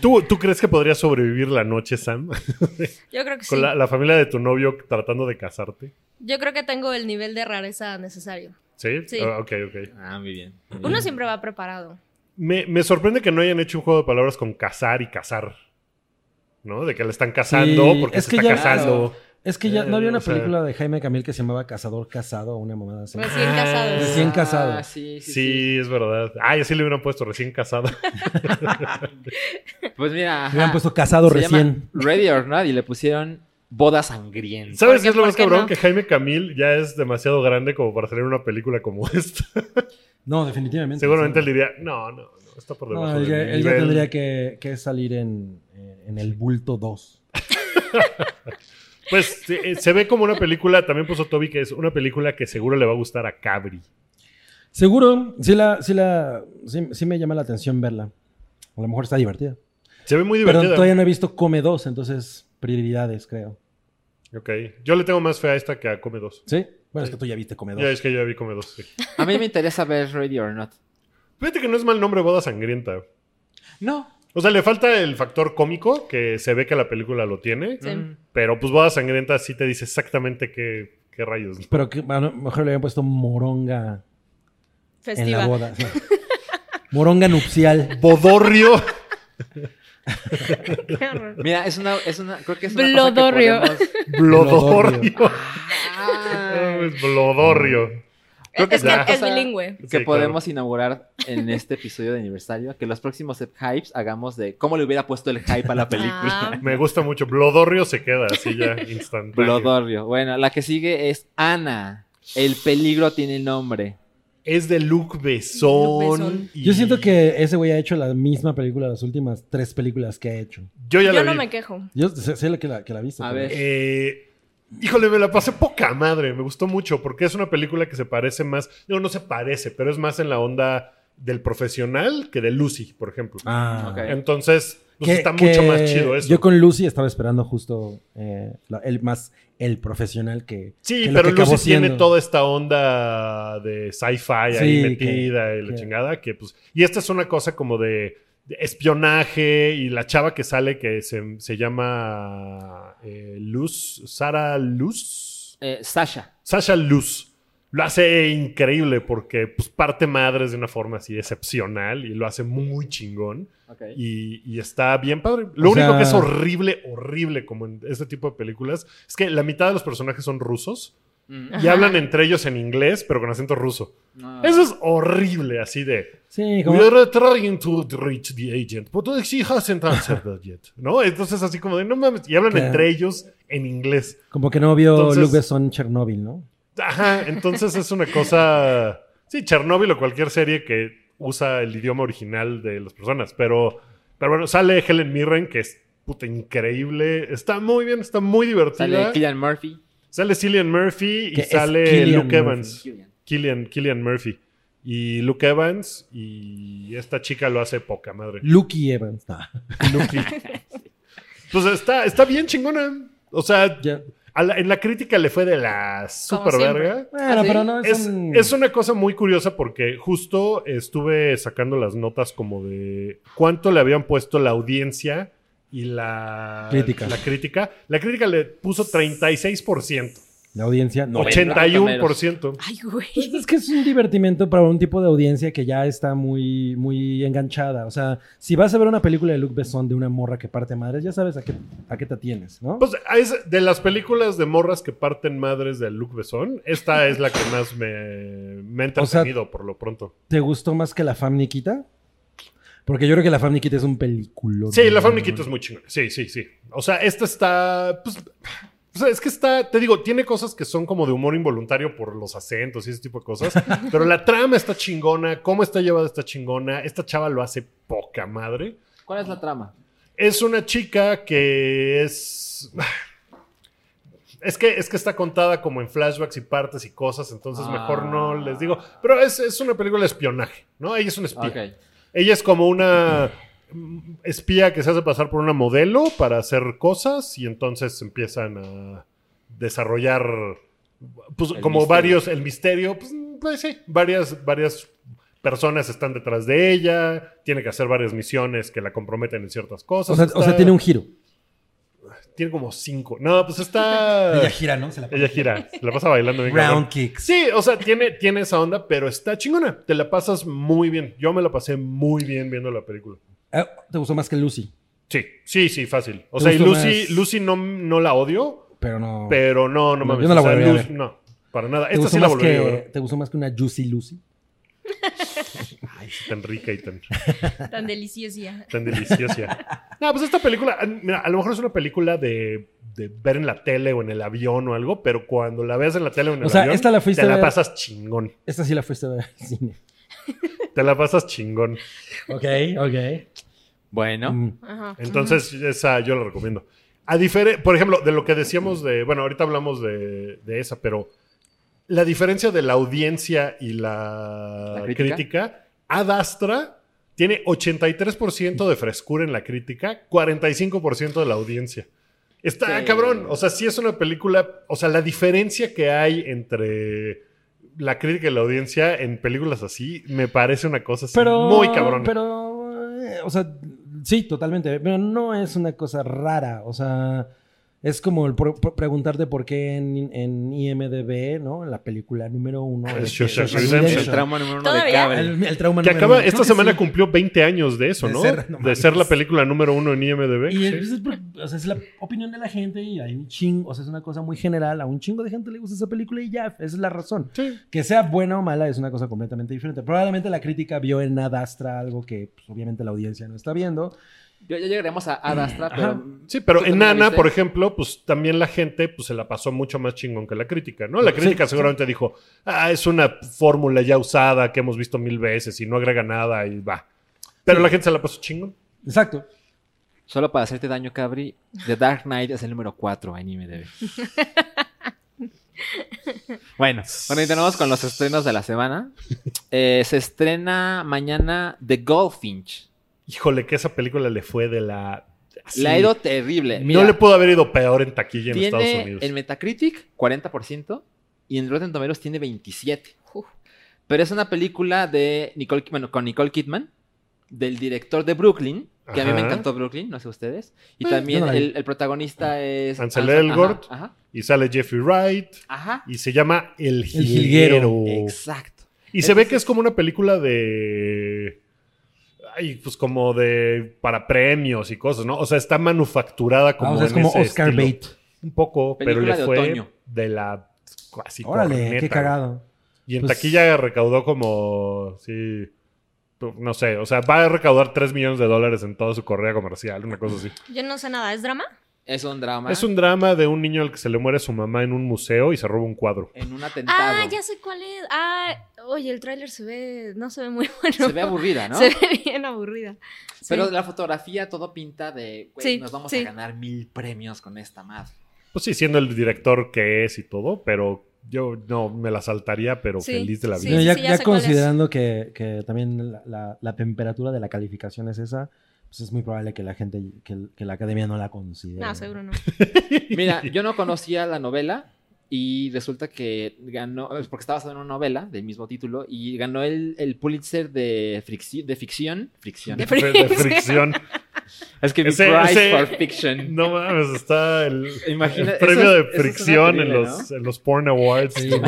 S2: ¿Tú, ¿Tú crees que podrías sobrevivir la noche, Sam?
S4: Yo creo que sí.
S2: Con la, la familia de tu novio tratando de casarte.
S4: Yo creo que tengo el nivel de rareza necesario.
S2: ¿Sí?
S4: Sí.
S2: Ah, ok, ok.
S3: Ah, muy bien.
S5: Mm.
S3: muy bien.
S4: Uno siempre va preparado.
S2: Me, me sorprende que no hayan hecho un juego de palabras con casar y casar. ¿No? De que le están casando
S5: Sí,
S2: porque
S5: es
S2: se
S5: que
S2: está
S5: ya-
S2: casando.
S5: Es que ya
S2: Eh,
S5: no había una
S2: o sea-
S5: película de Jaime Camil que se llamaba Cazador Casado o una mamada
S3: Pues,
S5: así.
S4: Recién
S2: Ah,
S4: casados.
S5: Recién
S3: Ah,
S5: casado.
S3: Sí, sí,
S2: Sí,
S3: sí.
S2: es verdad. Ay, así le hubieran puesto recién casado.
S3: Pues mira.
S5: Le habían
S3: ajá,
S5: puesto Casado
S3: se llama
S5: recién.
S3: Ready or Not y le pusieron boda sangrienta.
S2: ¿Sabes
S4: ¿Por
S2: qué
S4: qué?
S2: es lo
S4: ¿Por
S2: más
S4: qué
S2: cabrón?
S4: no?
S2: Que Jaime Camil ya es demasiado grande como para salir en una película como esta.
S5: No, definitivamente.
S2: Seguramente
S5: sí.
S2: él diría, no, no, no, está por debajo
S5: No,
S2: de
S5: él, ya,
S2: mi
S5: él ya
S2: nivel".
S5: tendría que, que salir en, eh, en el bulto 2.
S2: Pues sí, eh, se ve como una película, también puso Toby que es una película que seguro le va a gustar a Cabri.
S5: Seguro, sí, la, sí, la, sí, sí me llama la atención verla. A lo mejor está divertida.
S2: Se ve muy
S5: Pero
S2: divertida.
S5: todavía no he visto Come 2, entonces prioridades, creo.
S2: Ok, yo le tengo más fe a esta que a Come 2.
S5: ¿Sí? Bueno, es
S2: Sí.
S5: que tú ya viste Come 2.
S2: Ya es que yo ya vi Come 2. sí.
S3: A mí me interesa ver Ready or Not.
S2: Fíjate que no es mal nombre Boda Sangrienta.
S3: No.
S2: O sea, le falta el factor cómico, que se ve que la película lo tiene,
S4: Sí.
S3: Mm.
S2: pero pues Boda Sangrienta sí te dice exactamente qué, qué rayos.
S5: Pero que, a lo mejor le habían puesto moronga en la
S4: Festiva.
S5: boda. sí. moronga nupcial.
S2: Bodorrio.
S4: Qué horror.
S3: Mira, es una, es una, creo que es una cosa que
S4: Blodorrio.
S3: podemos-
S2: Blodorrio.
S3: Ah,
S2: Es Blodorrio.
S3: Creo que
S4: es que
S2: ya.
S4: es bilingüe.
S3: que
S2: Sí,
S3: podemos inaugurar en este episodio de aniversario, que los próximos hypes hagamos de cómo le hubiera puesto el hype a la película.
S4: Ah,
S2: Me gusta mucho. Blodorrio se queda así ya instantáneo.
S3: Blodorrio. Bueno, la que sigue es Ana. El peligro tiene nombre.
S2: es de Luc Besson.
S4: Luc Besson.
S2: y-
S5: Yo siento que ese güey ha hecho la misma película, las últimas tres películas que ha hecho.
S2: Yo ya
S4: yo
S2: la
S4: no
S2: vi.
S4: me quejo.
S5: Yo sé, sé que la, que la viste.
S3: A
S5: pero-
S3: ver.
S2: Eh, híjole, me la pasé poca madre. Me gustó mucho porque es una película que se parece más. No, no se parece, pero es más en la onda del profesional que de Lucy, por ejemplo.
S5: Ah.
S3: Ok.
S2: Entonces, pues
S5: Que-
S2: está
S5: que
S2: mucho más chido eso.
S5: Yo con Lucy estaba esperando justo eh, la- el, más el profesional que.
S2: Sí,
S5: que lo
S2: pero
S5: que acabó
S2: Lucy tiene
S5: siendo.
S2: toda esta onda de sci-fi ahí
S5: Sí,
S2: metida
S5: que-
S2: y la
S5: que-
S2: chingada que pues y esta es una cosa como de, de espionaje y la chava que sale que se, se llama eh, Luz Sara Luz
S3: Eh, Sasha.
S2: Sasha Luz lo hace increíble porque pues parte madres de una forma así excepcional y lo hace muy chingón
S3: Ok.
S2: y, y está bien padre. Lo
S5: O
S2: único
S5: sea-
S2: que es horrible, horrible como en este tipo de películas es que la mitad de los personajes son rusos
S3: Mm.
S2: y
S4: Ajá.
S2: hablan entre ellos en inglés, pero con acento ruso.
S3: No.
S2: Eso es horrible, así de.
S5: Sí, como.
S2: We are trying to reach the agent, but she hasn't answered that yet. ¿No? Entonces, así como de, no mames. Y hablan
S5: Claro.
S2: entre ellos en inglés.
S5: Como que no vio
S2: Entonces-
S5: Luke Besson Chernobyl, ¿no?
S2: Ajá. Entonces, es una cosa. Sí, Chernobyl o cualquier serie que usa el idioma original de las personas. Pero, pero bueno, sale Helen Mirren, que es puta increíble. Está muy bien, está muy divertida.
S3: Sale
S2: Sale,
S3: Killian Murphy.
S2: Cillian Murphy y
S5: Que es
S2: sale
S5: Cillian
S2: Luke
S5: Murphy.
S2: Evans.
S3: Killian.
S2: Killian, Killian Murphy. Y Luke Evans. Y esta chica lo hace poca madre.
S5: Lucky Evans. No.
S2: Luke. pues está, está bien chingona. O sea,
S5: Ya.
S2: a la- en la crítica le fue de la
S4: Como
S2: super verga.
S5: Bueno,
S3: ¿Ah, sí?
S5: pero no es,
S2: Es,
S5: un-
S2: es una cosa muy curiosa porque justo estuve sacando las notas como de cuánto le habían puesto la audiencia y la
S5: Crítica.
S2: La crítica, la crítica le puso 36%,
S5: la audiencia. No.
S3: Oye,
S2: 81%.
S4: Ay, güey.
S5: Pues es que es un divertimento para un tipo de audiencia que ya está muy, muy enganchada. O sea, si vas a ver una película de Luc Besson de una morra que parte madres, ya sabes a qué, a qué te atienes, ¿no?
S2: Pues es de las películas de morras que parten madres de Luc Besson, esta es la que más me, me ha
S5: O sea,
S2: entretenido por lo pronto.
S5: ¿Te gustó más que La Fam Nikita? Porque yo creo que La Fam Nikita es un película.
S2: Sí, la Family Kit es muy chingona. Sí, sí, sí. O sea, esta está. Pues, o sea, es que está. Te digo, tiene cosas que son como de humor involuntario por los acentos y ese tipo de cosas. pero la trama está chingona. Cómo está llevada está chingona. Esta chava lo hace poca madre.
S3: ¿Cuál es la trama?
S2: Es una chica que es. Es que, es que está contada como en flashbacks y partes y cosas, entonces
S3: Ah.
S2: mejor no les digo. Pero es, es una película de espionaje, ¿no? Ella es una espía.
S3: Ok.
S2: Ella es como una mm, espía que se hace pasar por una modelo para hacer cosas y entonces empiezan a desarrollar pues,
S3: El
S2: como
S3: misterio.
S2: varios, el misterio, pues, mm, pues, sí, varias, varias personas están detrás de ella, tiene que hacer varias misiones que la comprometen en ciertas cosas.
S5: O sea, o sea,
S2: Está-
S5: tiene un giro.
S2: tiene como cinco. No, pues está... ella,
S5: gira, ¿no? Se la
S2: gira, se la pasa bailando. bien cabrón.
S5: kicks.
S2: Sí, o sea, tiene, tiene esa onda, pero está chingona. Te la pasas muy bien. Yo me la pasé muy bien viendo la película.
S5: Eh, te gustó más que Lucy,
S2: Sí, sí, sí, fácil. O
S5: ¿Te
S2: sea, y
S5: gustó
S2: Lucy,
S5: más?
S2: Lucy no, no la odio,
S5: pero no.
S2: pero no, no
S5: No,
S2: mames.
S5: yo no la
S2: O sea,
S5: volvería a
S2: Lucy-
S5: ver.
S2: No, para nada.
S5: ¿Te
S2: Esta
S5: gustó,
S2: sí la
S5: más
S2: volvería a ver.
S5: que, ¿Te gustó más que una Juicy Lucy?
S2: Ay, sí, tan rica y tan,
S4: Tan deliciosa.
S2: tan deliciosa. no, pues esta película, ah, mira, a lo mejor es una película de, de ver en la tele o en el avión o algo, pero cuando la veas en la tele o en el
S5: O sea,
S2: avión,
S5: esta la fuiste
S2: te
S5: a
S2: la
S5: ver-
S2: pasas chingón.
S5: Esta sí la fuiste a ver al cine.
S2: Te la pasas chingón.
S5: Ok, ok.
S3: Bueno.
S5: Mm.
S4: Ajá.
S2: Entonces, esa yo la recomiendo. A difere- por ejemplo, de lo que decíamos de, bueno, ahorita hablamos de, de esa, pero la diferencia de la audiencia y la,
S3: ¿La
S2: crítica?
S3: crítica?
S2: Ad Astra tiene 83% de frescura en la crítica, 45% de la audiencia. Está
S3: Sí.
S2: cabrón, o sea, sí es una película, o sea, la diferencia que hay entre la crítica y la audiencia en películas así me parece una cosa así
S5: Pero,
S2: muy cabrón.
S5: Pero, eh, o sea, sí, totalmente. Pero no es una cosa rara. O sea, es como el pro- pro- preguntarte por qué en, en IMDB, ¿no? La película número uno.
S2: El
S5: es
S2: Shawshank
S5: Shawshank
S2: Redemption.
S3: El trauma número uno de
S4: ¿Todavía?
S3: Cabri.
S5: El, el trauma
S2: Que
S5: número
S2: acaba,
S5: uno. Creo
S2: esta
S5: que
S2: semana
S5: sí.
S2: cumplió 20 años de eso,
S5: De
S2: ¿no?
S5: ser- no
S2: de ser la
S5: mames.
S2: película número uno en IMDb.
S5: Y
S2: sí.
S5: es, es por- o sea, es la opinión de la gente y hay un chingo, o sea, es una cosa muy general, a un chingo de gente le gusta esa película y ya, esa es la razón.
S2: Sí.
S5: Que sea buena o mala es una cosa completamente diferente. Probablemente la crítica vio en Adastra algo que pues, obviamente la audiencia no está viendo.
S3: Yo- Ya llegaremos a Ad Astra, pero.
S2: Sí, pero
S3: ¿Tú
S2: en
S3: también la
S2: Nana,
S3: viste?
S2: por ejemplo, pues también la gente pues, se la pasó mucho más chingón que la crítica, ¿no? La
S5: Sí,
S2: crítica
S5: sí.
S2: seguramente dijo, ah, es una fórmula ya usada que hemos visto mil veces y no agrega nada y va. Pero
S5: Sí.
S2: la gente se la pasó chingón.
S5: Exacto.
S3: Solo para hacerte daño, Cabri. The Dark Knight es el número 4 en IMDb. bueno, bueno, y tenemos con los estrenos de la semana. Eh, se estrena mañana The Goldfinch.
S2: Híjole, que esa película le fue de la... así.
S3: Le ha ido terrible. Mira,
S2: no le pudo haber ido peor en taquilla en
S3: tiene
S2: Estados Unidos.
S3: en Metacritic 40% y en Rotten Tomatoes tiene 27.
S4: Uf.
S3: Pero es una película de Nicole, Kid- bueno, con Nicole Kidman, del director de Brooklyn, que a mí me
S2: Ajá.
S3: encantó Brooklyn, no sé ustedes. Y
S5: Eh,
S3: también
S5: yo no la vi.
S3: el, el protagonista es...
S2: Ansel
S3: Ansel-
S2: Elgort.
S3: Ajá,
S2: Y sale Jeffrey Wright
S3: ajá, ajá,
S2: y se llama El
S5: Jilguero.
S2: Jilguero.
S3: exacto.
S2: Y se ve que es como una película de. Ay, pues como de. para premios y cosas, ¿no? O sea, está manufacturada como.
S5: Ah, o sea, es
S2: en
S5: como
S2: ese
S5: Oscar
S2: estilo.
S5: Bait.
S2: Un poco,
S3: Película
S2: pero le
S3: de
S2: fue
S3: otoño.
S2: de la. casi
S5: Órale,
S2: corneta,
S5: qué
S2: güey.
S5: cagado.
S2: Y en
S5: Pues-
S2: taquilla recaudó como. Sí. pues, No sé, o sea, va a recaudar 3 millones de dólares en toda su correa comercial, una cosa así.
S4: Yo no sé nada. ¿Es drama?
S3: Es un drama.
S2: Es un drama de un niño al que se le muere su mamá en un museo y se roba un cuadro.
S3: En un atentado.
S4: Ah, ya sé cuál es. Ah, oye, el tráiler se ve, no se ve muy bueno.
S3: Se ve aburrida, ¿no?
S4: Se ve bien aburrida. Sí.
S3: Pero la fotografía todo pinta de, güey,
S4: Sí,
S3: nos vamos
S4: sí.
S3: a ganar mil premios con esta madre.
S2: Pues sí, siendo el director que es y todo, pero yo no me la saltaría, pero
S4: Sí,
S2: feliz de la
S4: sí,
S2: vida.
S5: Bueno,
S4: sí,
S5: ya
S4: sí,
S5: ya
S4: sé cuál es.
S5: considerando que, que también la, la- la temperatura de la calificación es esa, pues es muy probable que la gente, que, el- que la academia no la considere.
S4: No, Ah, seguro no.
S3: Mira, yo no conocía la novela y resulta que ganó, es porque estaba basada en una novela del mismo título y ganó el, el Pulitzer de, fricci- de ficción. Fricción.
S2: De, de fricción.
S3: Es que mi
S2: Ese-
S3: prize
S2: ese-
S3: for fiction.
S2: No mames, está el,
S3: Imagina-
S2: el premio
S3: eso-
S2: de
S3: eso suena
S2: fricción en,
S3: horrible,
S2: los, en los Porn Awards.
S5: Sí, güey.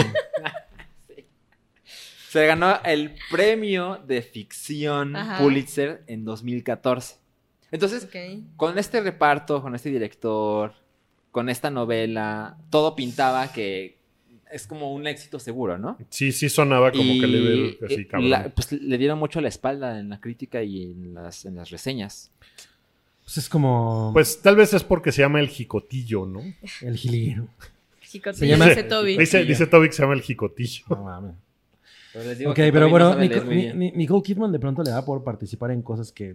S3: Se ganó el premio de ficción
S4: Ajá.
S3: Pulitzer en 2014. Entonces,
S4: Ok.
S3: con este reparto, con este director, con esta novela, todo pintaba que es como un éxito seguro, ¿no?
S2: Sí, sí sonaba como
S3: Y,
S2: que le así,
S3: eh,
S2: cabrón.
S3: la- pues, le dieron mucho la espalda en la crítica y en las, en las reseñas.
S5: Pues es como
S2: Pues tal vez es porque se llama el jicotillo, ¿no?
S5: el jilguero.
S4: Chico,
S5: Se
S4: te
S5: llama-
S4: dice Toby.
S2: Dice, dice Toby que se llama el jicotillo.
S5: No mames.
S3: Pero les digo
S5: Ok,
S3: que
S5: pero
S3: todavía no
S5: bueno,
S3: sabe leer
S5: Nico-
S3: muy
S5: Ni-
S3: bien.
S5: Ni- Nicole Kidman de pronto le da por participar en cosas que.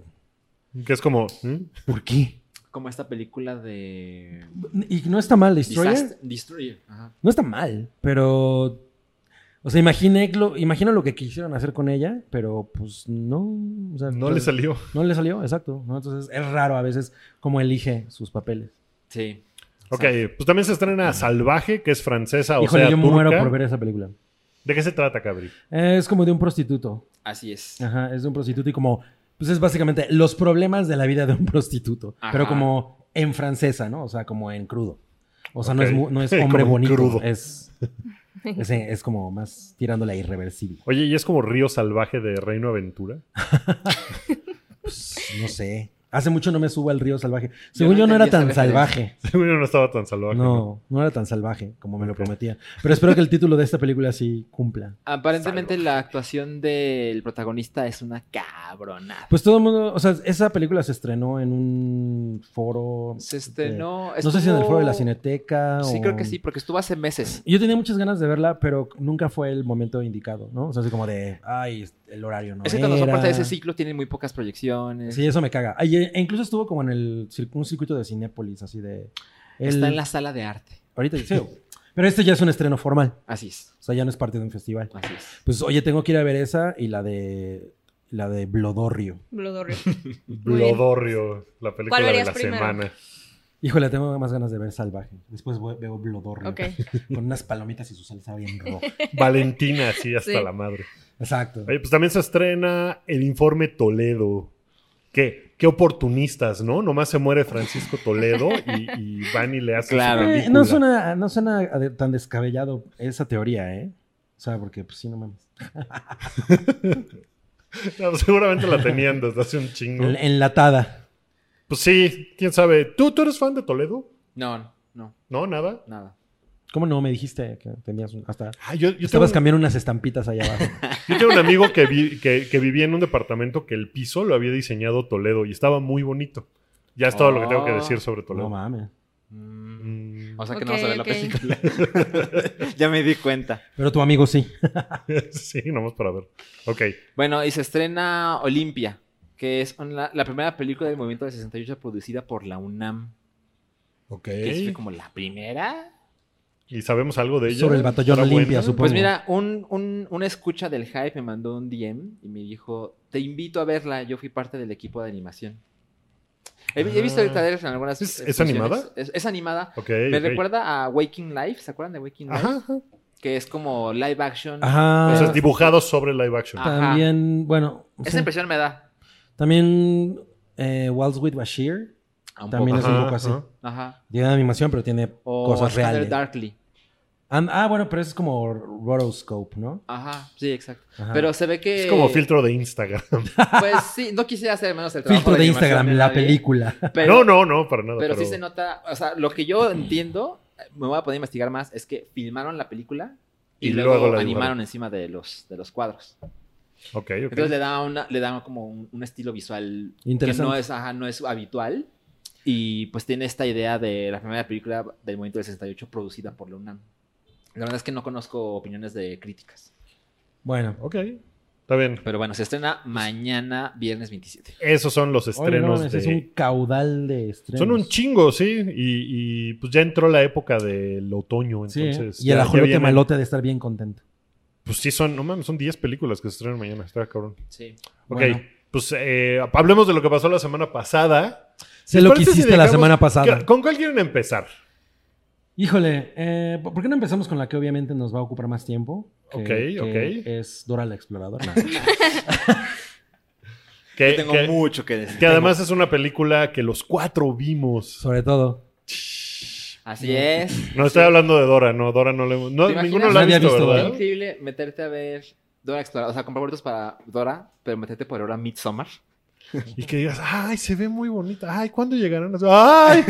S2: Que es como. ¿hmm?
S5: ¿Por qué?
S3: como esta película de...
S5: Y no está mal, Destroyer.
S3: Disaster- Destroyer. Ajá.
S5: No está mal, pero. O sea, imaginé lo, imagino lo que quisieron hacer con ella, pero pues no. o sea,
S2: No le
S5: entonces-
S2: salió.
S5: No le salió, exacto. ¿no? Entonces es raro a veces cómo elige sus papeles.
S3: Sí.
S2: Ok, pues también se estrena Salvaje, que es francesa Ah, o
S5: Híjole,
S2: sea
S5: yo
S2: turca.
S5: muero por ver esa película.
S2: ¿De qué se trata, Cabri?
S5: Eh, Es como de un prostituto.
S3: Así es.
S5: Ajá, es de un prostituto y como. Pues es básicamente los problemas de la vida de un prostituto.
S3: Ajá.
S5: Pero como en francesa, ¿no? O sea, como en crudo. O sea, no,
S2: Ok.
S5: es, mu- no es
S2: Como
S5: hombre
S2: en
S5: bonito.
S2: crudo.
S5: Es, es, es como más tirándole a irreversible.
S2: Oye, ¿y es como Río Salvaje de Reino Aventura?
S5: Pues, no sé. Hace mucho no me subo al río salvaje.
S3: Yo
S5: Según
S3: no
S5: yo no, era
S3: entendí esa
S5: tan salvaje.
S2: Seguro no estaba tan salvaje.
S5: No, no era tan salvaje como me lo
S2: Ok.
S5: prometía. Pero espero que el título de esta película sí cumpla.
S3: Aparentemente la actuación del protagonista es una cabronada.
S5: Pues todo el mundo, o sea, esa película se estrenó en un foro.
S3: Se
S5: eh,
S3: estrenó...
S5: no sé
S3: Pues, este,
S5: si en el
S3: estuvo-
S5: foro de la Cineteca
S3: Sí,
S5: o-
S3: creo que sí, porque estuvo hace meses.
S5: Yo tenía muchas ganas de verla, pero nunca fue el momento indicado, ¿no? O sea, así como de, ay, el horario no
S3: Ese cuando son
S5: era".
S3: parte de ese ciclo tiene muy pocas proyecciones.
S5: Sí, eso me caga. Ay, e e incluso estuvo como en el cir- un circuito de Cinépolis, así de... el-
S3: Está en la sala de arte.
S5: Ahorita sí. Pero este ya es un estreno formal,
S3: Así es.
S5: o sea, ya no es parte de un festival.
S3: Así es.
S5: Pues, oye, tengo que ir a ver esa y la de... La de Blodorrio.
S4: Blodorrio.
S2: Blodorrio, la película
S4: ¿Cuál
S2: de
S4: verías
S2: la
S4: primero?
S2: semana.
S5: Híjole, tengo más ganas de ver Salvaje. Después voy- veo Blodorrio.
S4: Ok.
S5: Con unas palomitas y su salsa bien roja.
S2: Valentina, así hasta
S4: Sí.
S2: la madre.
S5: Exacto.
S2: Oye, pues también se estrena El Informe Toledo. ¿Qué? Qué oportunistas, ¿no? Nomás se muere Francisco Toledo y, y van y le hacen
S3: Claro.
S2: su
S5: Eh,
S2: película.
S5: no suena, no suena a de- tan descabellado esa teoría, ¿eh? O sea, porque pues sí, no mames.
S2: No, seguramente la tenían desde hace un chingo.
S5: En- Enlatada.
S2: Pues sí, quién sabe. ¿Tú, tú eres fan de Toledo?
S3: No, no, no,
S2: No, nada.
S3: nada.
S5: ¿Cómo no? Me dijiste que tenías un- hasta...
S2: Ah, yo, yo tengo
S5: Estabas
S2: un-
S5: cambiando unas estampitas allá abajo.
S2: Yo tengo un amigo que, vi- que, que vivía en un departamento que el piso lo había diseñado Toledo y estaba muy bonito. Ya es todo lo que tengo que decir sobre
S5: no
S2: Toledo.
S5: mames.
S3: Mm,
S2: Mm,
S3: O sea que
S4: Ok,
S3: no
S4: ok.
S3: vas a ver la película. ya me di cuenta.
S5: Pero tu amigo sí.
S2: sí, nomás para ver. Ok.
S3: Bueno, y se estrena Olimpia, que es una- la primera película del movimiento del 68 producida por la UNAM.
S2: Ok.
S3: Que es- fue como la primera.
S2: ¿Y sabemos algo de ella?
S5: Sobre el batallón
S2: ¿Era
S5: Olimpia,
S2: buena?
S5: supongo.
S3: Pues mira, un, un- una escucha del hype me mandó un DM y me dijo, te invito a verla, yo fui parte del equipo de animación. He, he visto
S2: Ah.
S3: el trailer en algunas...
S2: ¿Es-
S3: eh,
S2: es
S3: funciones.
S2: animada?
S3: Es, es animada.
S2: Ok.
S3: Pues, Me
S2: ok.
S3: recuerda a Waking Life, ¿se acuerdan de Waking Life?
S2: Ajá. ajá.
S3: Que es como live action.
S5: Ajá.
S2: O sea, es dibujado sobre live action.
S3: Ah.
S5: también, bueno.
S3: Esa
S5: sí.
S3: impresión me da.
S5: También eh, Waltz with Bashir.
S3: Ah, un
S5: También
S3: poco.
S5: es un
S2: Ajá,
S5: poco así.
S2: ajá.
S3: Ajá.
S5: Tiene animación, pero tiene
S3: O
S5: cosas
S3: Thunder
S5: reales.
S3: Darkly.
S5: And- ah, bueno, pero eso es como rotoscope, ¿no?
S3: Ajá, sí, exacto.
S5: Ajá.
S3: Pero se ve que.
S2: Es como filtro de Instagram.
S3: Pues sí, no quisiera hacer menos el trabajo.
S5: Filtro de
S3: animación
S5: Instagram, la
S3: nadie,
S5: película.
S2: no,
S3: Pero,
S2: no, no, para nada.
S3: pero sí se nota. O sea, lo que yo entiendo, eh, me voy a poder investigar más, es que filmaron la película y,
S2: Y
S3: luego,
S2: luego la dibujaron.
S3: animaron encima de los, de los cuadros.
S2: Ok, ok.
S3: Entonces le da, una, le da como un, un estilo visual que
S5: Interesante.
S3: no es, ajá, no es habitual. Y pues tiene esta idea de la primera película del movimiento del 68 producida por la UNAM. La verdad es que no conozco opiniones de críticas.
S5: Bueno,
S2: Ok, está bien.
S3: Pero bueno, se estrena mañana, viernes 27.
S2: Esos son los
S5: Oye, no
S2: estrenos
S5: mames,
S2: de...
S5: es un caudal de estrenos.
S2: Son un chingo, sí. Y, y, pues ya entró la época del otoño,
S5: Sí, ¿eh?
S2: entonces...
S5: y el
S2: ya- ya
S5: ajolote
S2: viene-
S5: malote ha de estar bien contento.
S2: Pues sí, son, no mames, son 10 películas que se estrenan mañana, está cabrón.
S3: Sí.
S2: Ok,
S5: Bueno.
S2: pues eh, hablemos de lo que pasó la semana pasada.
S5: Se
S2: ¿Les
S5: lo que
S2: parece si
S5: hiciste la
S2: dejamos-
S5: semana pasada.
S2: ¿Con cuál quieren empezar?
S5: Híjole, eh, ¿por qué no empezamos con la que obviamente nos va a ocupar más tiempo? Que,
S2: Ok,
S5: que
S2: ok.
S5: Es Dora la Exploradora.
S2: Que,
S3: Yo tengo
S2: Eh, que-
S3: mucho que decir.
S2: que además es una película que los cuatro vimos.
S5: Sobre todo.
S3: Así es.
S2: No estoy hablando de Dora, no, Dora no le hemos... No,
S3: ¿Te imaginas?
S2: ninguno la ha
S5: Nadie ha
S2: visto,
S5: visto
S3: Es
S2: ¿verdad?
S5: Dora.
S3: increíble meterte a ver Dora Exploradora. O sea, comprar boletos para Dora, pero meterte por ahora Midsommar.
S2: Y que digas, ay, se ve muy bonita. Ay, ¿cuándo llegarán? Ay.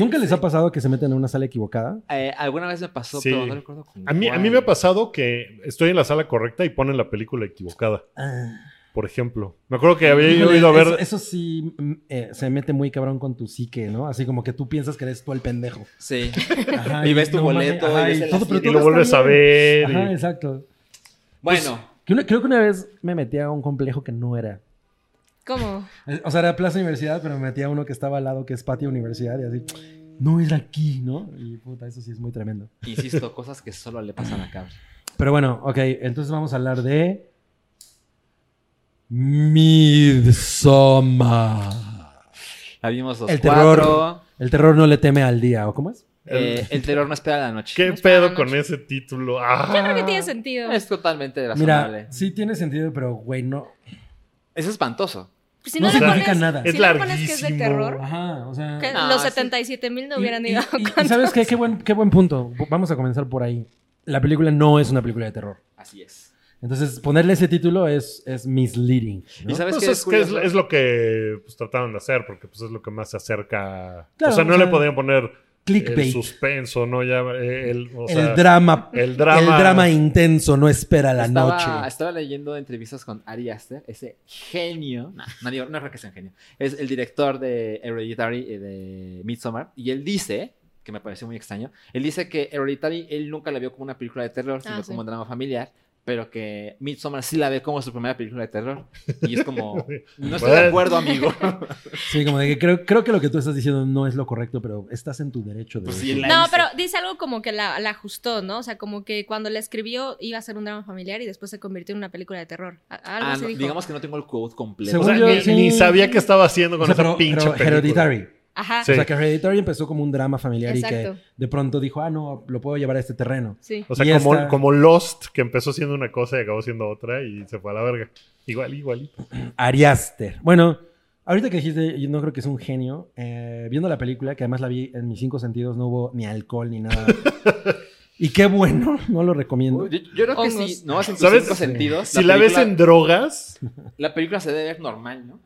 S5: ¿Nunca les ha pasado que se meten en una sala equivocada?
S3: Eh, alguna vez me pasó,
S2: Sí.
S3: pero no recuerdo con
S2: A mí, a mí
S3: cuál.
S2: me ha pasado que estoy en la sala correcta y ponen la película equivocada, por ejemplo. Me acuerdo que había
S5: Híjole,
S2: ido a ver...
S5: Eso, eso sí mm, eh, se mete muy cabrón con tu psique, ¿no? Así como que tú piensas que eres tú el pendejo.
S3: Sí.
S5: Ajá,
S3: Y ves tu boleto, y ves el asiento.
S5: pero
S3: Y
S2: y
S5: todo
S2: lo
S5: está
S2: vuelves a
S5: bien.
S2: ver. y-
S5: Ajá, exacto.
S2: Pues
S3: Bueno,
S5: Que una- creo que una vez me metí a un complejo que no era.
S4: ¿Cómo?
S5: Eh, O sea, era Plaza Universidad, pero me metí a uno que estaba al lado, que es Patio Universidad, y así, no era aquí, ¿no? Y puta, eso sí es muy tremendo.
S3: insisto, cosas que solo le pasan a Cabri.
S5: Pero bueno, ok, entonces vamos a hablar de. Midsommar.
S3: La vimos los
S5: El terror.
S3: cuatro.
S5: El terror no le teme al día, ¿o cómo es?
S3: Eh, el terror no espera la noche.
S2: ¿Qué
S3: No espera
S2: pedo
S3: la
S2: con
S3: noche.
S2: ese título? Ah.
S4: Yo creo que tiene sentido.
S3: Es totalmente razonable.
S5: Mira, sí tiene sentido, pero güey, no.
S3: Es espantoso.
S4: Pues si
S5: no
S4: no, le
S5: significa
S4: pones,
S5: nada.
S4: si
S2: Es
S4: no le pones que es de
S2: larguísimo.
S4: terror,
S5: Ajá, o sea.
S4: que
S3: No,
S4: los
S3: sí.
S4: 77 mil no
S5: y-
S4: hubieran
S5: y-
S4: ido
S5: y- y
S4: con
S5: ¿Sabes qué? Qué buen, qué buen punto. Vamos a comenzar por ahí. La película no es una película de terror.
S3: Así es.
S5: Entonces, ponerle ese título es, es misleading. ¿no?
S3: ¿Y sabes
S2: Pues
S3: qué
S2: es, que es,
S3: curioso?
S2: es lo que pues, trataron de hacer, porque pues, es lo que más se acerca.
S5: Claro,
S2: o sea, no
S5: o
S2: le
S5: sea,
S2: podían poner el
S5: Clickbait. El,
S2: suspenso, ¿no? Ya, eh, el, o sea,
S5: drama.
S2: el drama.
S5: El drama intenso no espera la
S3: estaba,
S5: noche.
S3: estaba leyendo entrevistas con Ari Aster, ese genio, no, no, digo- no creo que sea un genio, es el director de Hereditary y de Midsommar, y él dice, que me pareció muy extraño, él dice que Hereditary él nunca la vio como una película de terror, sino
S4: Ah, sí.
S3: como un drama familiar, pero que Midsommar sí la ve como su primera película de terror, y es como, no estoy de
S2: Bueno.
S3: acuerdo, amigo.
S5: Sí, como de que creo, creo que lo que tú estás diciendo no es lo correcto, pero estás en tu derecho de
S3: Pues sí,
S5: decirlo.
S3: la-
S4: No,
S3: dice.
S4: pero dice algo como que la, la ajustó, ¿no? O sea, como que cuando la escribió iba a ser un drama familiar y después se convirtió en una película de terror. A- Algo
S3: Ah,
S4: así
S3: no,
S4: dijo.
S3: digamos que no tengo el quote completo.
S2: O sea,
S5: Según yo,
S2: ni,
S5: sí.
S2: ni sabía qué estaba haciendo
S5: O
S2: con
S5: sea,
S2: esa
S5: pero,
S2: pinche
S5: pero
S2: película.
S5: Hereditary.
S4: Ajá,
S2: Sí.
S5: O sea, que Hereditary empezó como un drama familiar y
S4: exacto.
S5: que de pronto dijo, ah, no, lo puedo llevar a este terreno.
S4: Sí.
S2: O sea,
S5: Y
S2: como,
S5: esta-
S2: como Lost, que empezó siendo una cosa y acabó siendo otra y se fue a la verga. Igual, igualito.
S5: Ariaster. Bueno, ahorita que dijiste, yo no creo que es un genio. eh, viendo la película, que además la vi en mis cinco sentidos, no hubo ni alcohol ni nada. y qué bueno, no lo recomiendo.
S3: Yo, yo creo que
S4: Hongos.
S3: sí, no vas en tus
S2: ¿Sabes?
S3: cinco sentidos.
S2: Si la, ves
S3: película-
S2: en drogas,
S3: La película se debe ver normal, ¿no?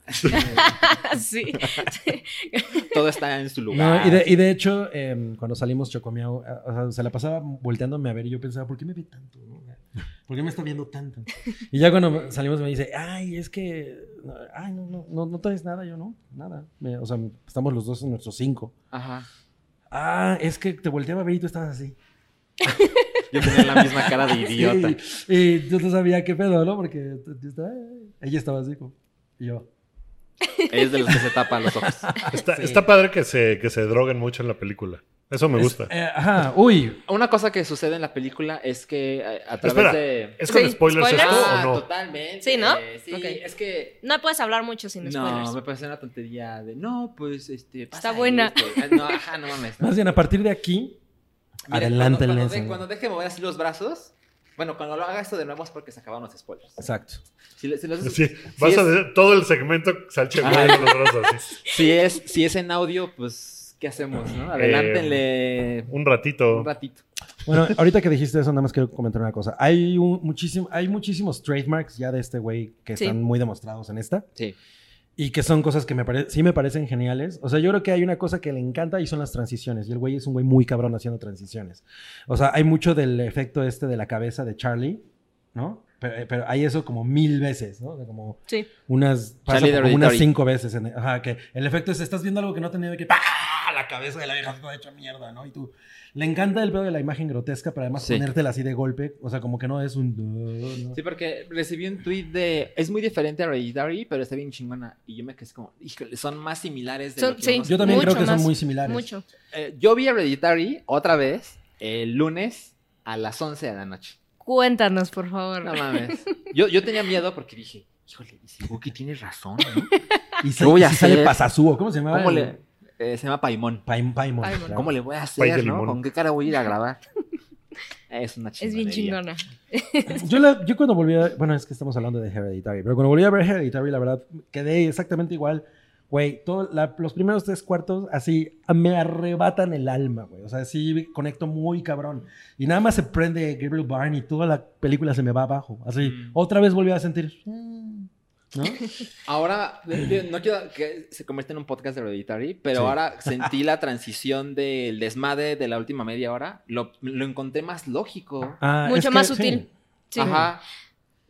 S4: sí.
S3: Todo está en su lugar.
S5: No, y, de, y de hecho, em, cuando salimos Chocomiao, a- o sea, se la pasaba volteándome a ver y yo pensaba, ¿por qué me ve tanto? no? ¿Por qué me está viendo tanto? Y ya cuando salimos me dice, ay, es que, ay, no, no, no, no traes nada, yo no, nada. Me- o sea, estamos los dos en nuestros cinco.
S3: Ajá.
S5: Ah, es que te volteaba a ver y tú estabas así.
S3: Yo tenía la misma cara de idiota.
S5: Sí, Y yo no sabía qué pedo, ¿no? Porque t- t- estaba- ella estaba así como, y yo.
S3: Es de los que se tapan los ojos.
S2: está,
S5: Sí.
S2: está padre que se, que se droguen mucho en la película. Eso me gusta.
S5: Es- eh, ajá, uy.
S3: Una cosa que sucede en la película es que eh, a través
S2: Espera.
S3: de.
S2: ¿Es con
S4: Sí,
S2: spoilers,
S4: ¿spoilers?
S2: esto
S3: Ah,
S2: o no?
S3: totalmente.
S4: Sí, ¿no?
S3: Eh, sí,
S4: Ok.
S3: es que.
S4: No puedes hablar mucho sin spoilers.
S3: No, me parece una tontería de. No, pues este. pasa
S4: Está buena.
S3: esto. Ah, No, ajá, no mames. ¿no?
S5: Más bien, a partir de aquí,
S3: Mira,
S5: adelante
S3: Cuando,
S5: el
S3: cuando, de- cuando deje mover así los brazos. Bueno, cuando lo haga esto de nuevo es porque se acabaron los spoilers.
S5: Exacto.
S3: Si, le- si los-
S2: Sí, vas
S3: si
S2: a
S3: es-
S2: decir todo el segmento salche
S3: Ajá.
S2: moviendo los brazos así.
S3: Si es, si es en audio, pues, ¿qué hacemos? No? Adelántenle
S2: Un ratito.
S3: un ratito.
S5: Bueno, ahorita que dijiste eso, nada más quiero comentar una cosa. Hay, un, muchísimo, hay muchísimos trademarks ya de este güey que
S4: Sí.
S5: están muy demostrados en esta
S3: Sí.
S5: y que son cosas que me pare- sí me parecen geniales. O sea, yo creo que hay una cosa que le encanta y son las transiciones. Y el güey es un güey muy cabrón haciendo transiciones. O sea, hay mucho del efecto este de la cabeza de Charlie, ¿no? Pero, pero hay eso como mil veces, ¿no? O sea, como
S4: Sí.
S5: unas, pasa
S3: Charlie
S5: como
S3: Theron.
S5: unas cinco veces. en- ajá, que el efecto es, estás viendo algo que no tenía de que ¡pah! la cabeza de la vieja toda hecha mierda, ¿no? Y tú, le encanta el pedo de la imagen grotesca, pero además
S3: Sí.
S5: ponértela así de golpe, o sea, como que no es un... ¿no?
S3: Sí, porque recibí un tweet de. Es muy diferente a Hereditary, pero está bien chingona. Y yo me quedé como, híjole, son más similares de
S4: Son-
S3: lo que
S4: sí.
S3: uno se-
S5: Yo también
S4: Mucho
S5: creo que
S4: más,
S5: son muy similares.
S4: Mucho.
S3: Eh, yo vi Hereditary otra vez el lunes a las 11 de la noche.
S4: Cuéntanos, por favor.
S3: No mames. Yo, yo tenía miedo porque dije, híjole, y si Wookie tiene razón, ¿no?
S5: Y
S3: ¿Qué
S5: si,
S3: voy
S5: y
S3: a
S5: si sale
S3: hacer?
S5: Pasazuo, ¿cómo se llamaba?
S3: ¿Cómo
S5: el-
S3: le.? eh, se llama Paimón.
S5: Paim-
S4: Paimon.
S5: Paimon. claro.
S3: ¿Cómo le voy a
S2: Pay de
S3: hacer, no?
S2: limón.
S3: ¿Con qué cara voy a ir a grabar? Es una chingona.
S4: es bien chingona.
S5: Yo, la- yo cuando volví a... Bueno, es que estamos hablando de Hereditary, pero cuando volví a ver Hereditary, la verdad, quedé exactamente igual. Güey, todo, la- los primeros tres cuartos así me arrebatan el alma, güey. O sea, sí conecto muy cabrón. Y nada más se prende Gabriel Byrne y toda la película se me va abajo. Así,
S3: Mm.
S5: otra vez volví a sentir... mm, ¿No?
S3: Ahora, de- de- no quiero que se convierta en un podcast de Hereditary, pero
S5: Sí.
S3: ahora sentí la transición del desmadre de la última media hora. Lo, lo encontré más lógico.
S5: Ah,
S4: Mucho más
S5: sí.
S4: sutil. Sí.
S3: Ajá.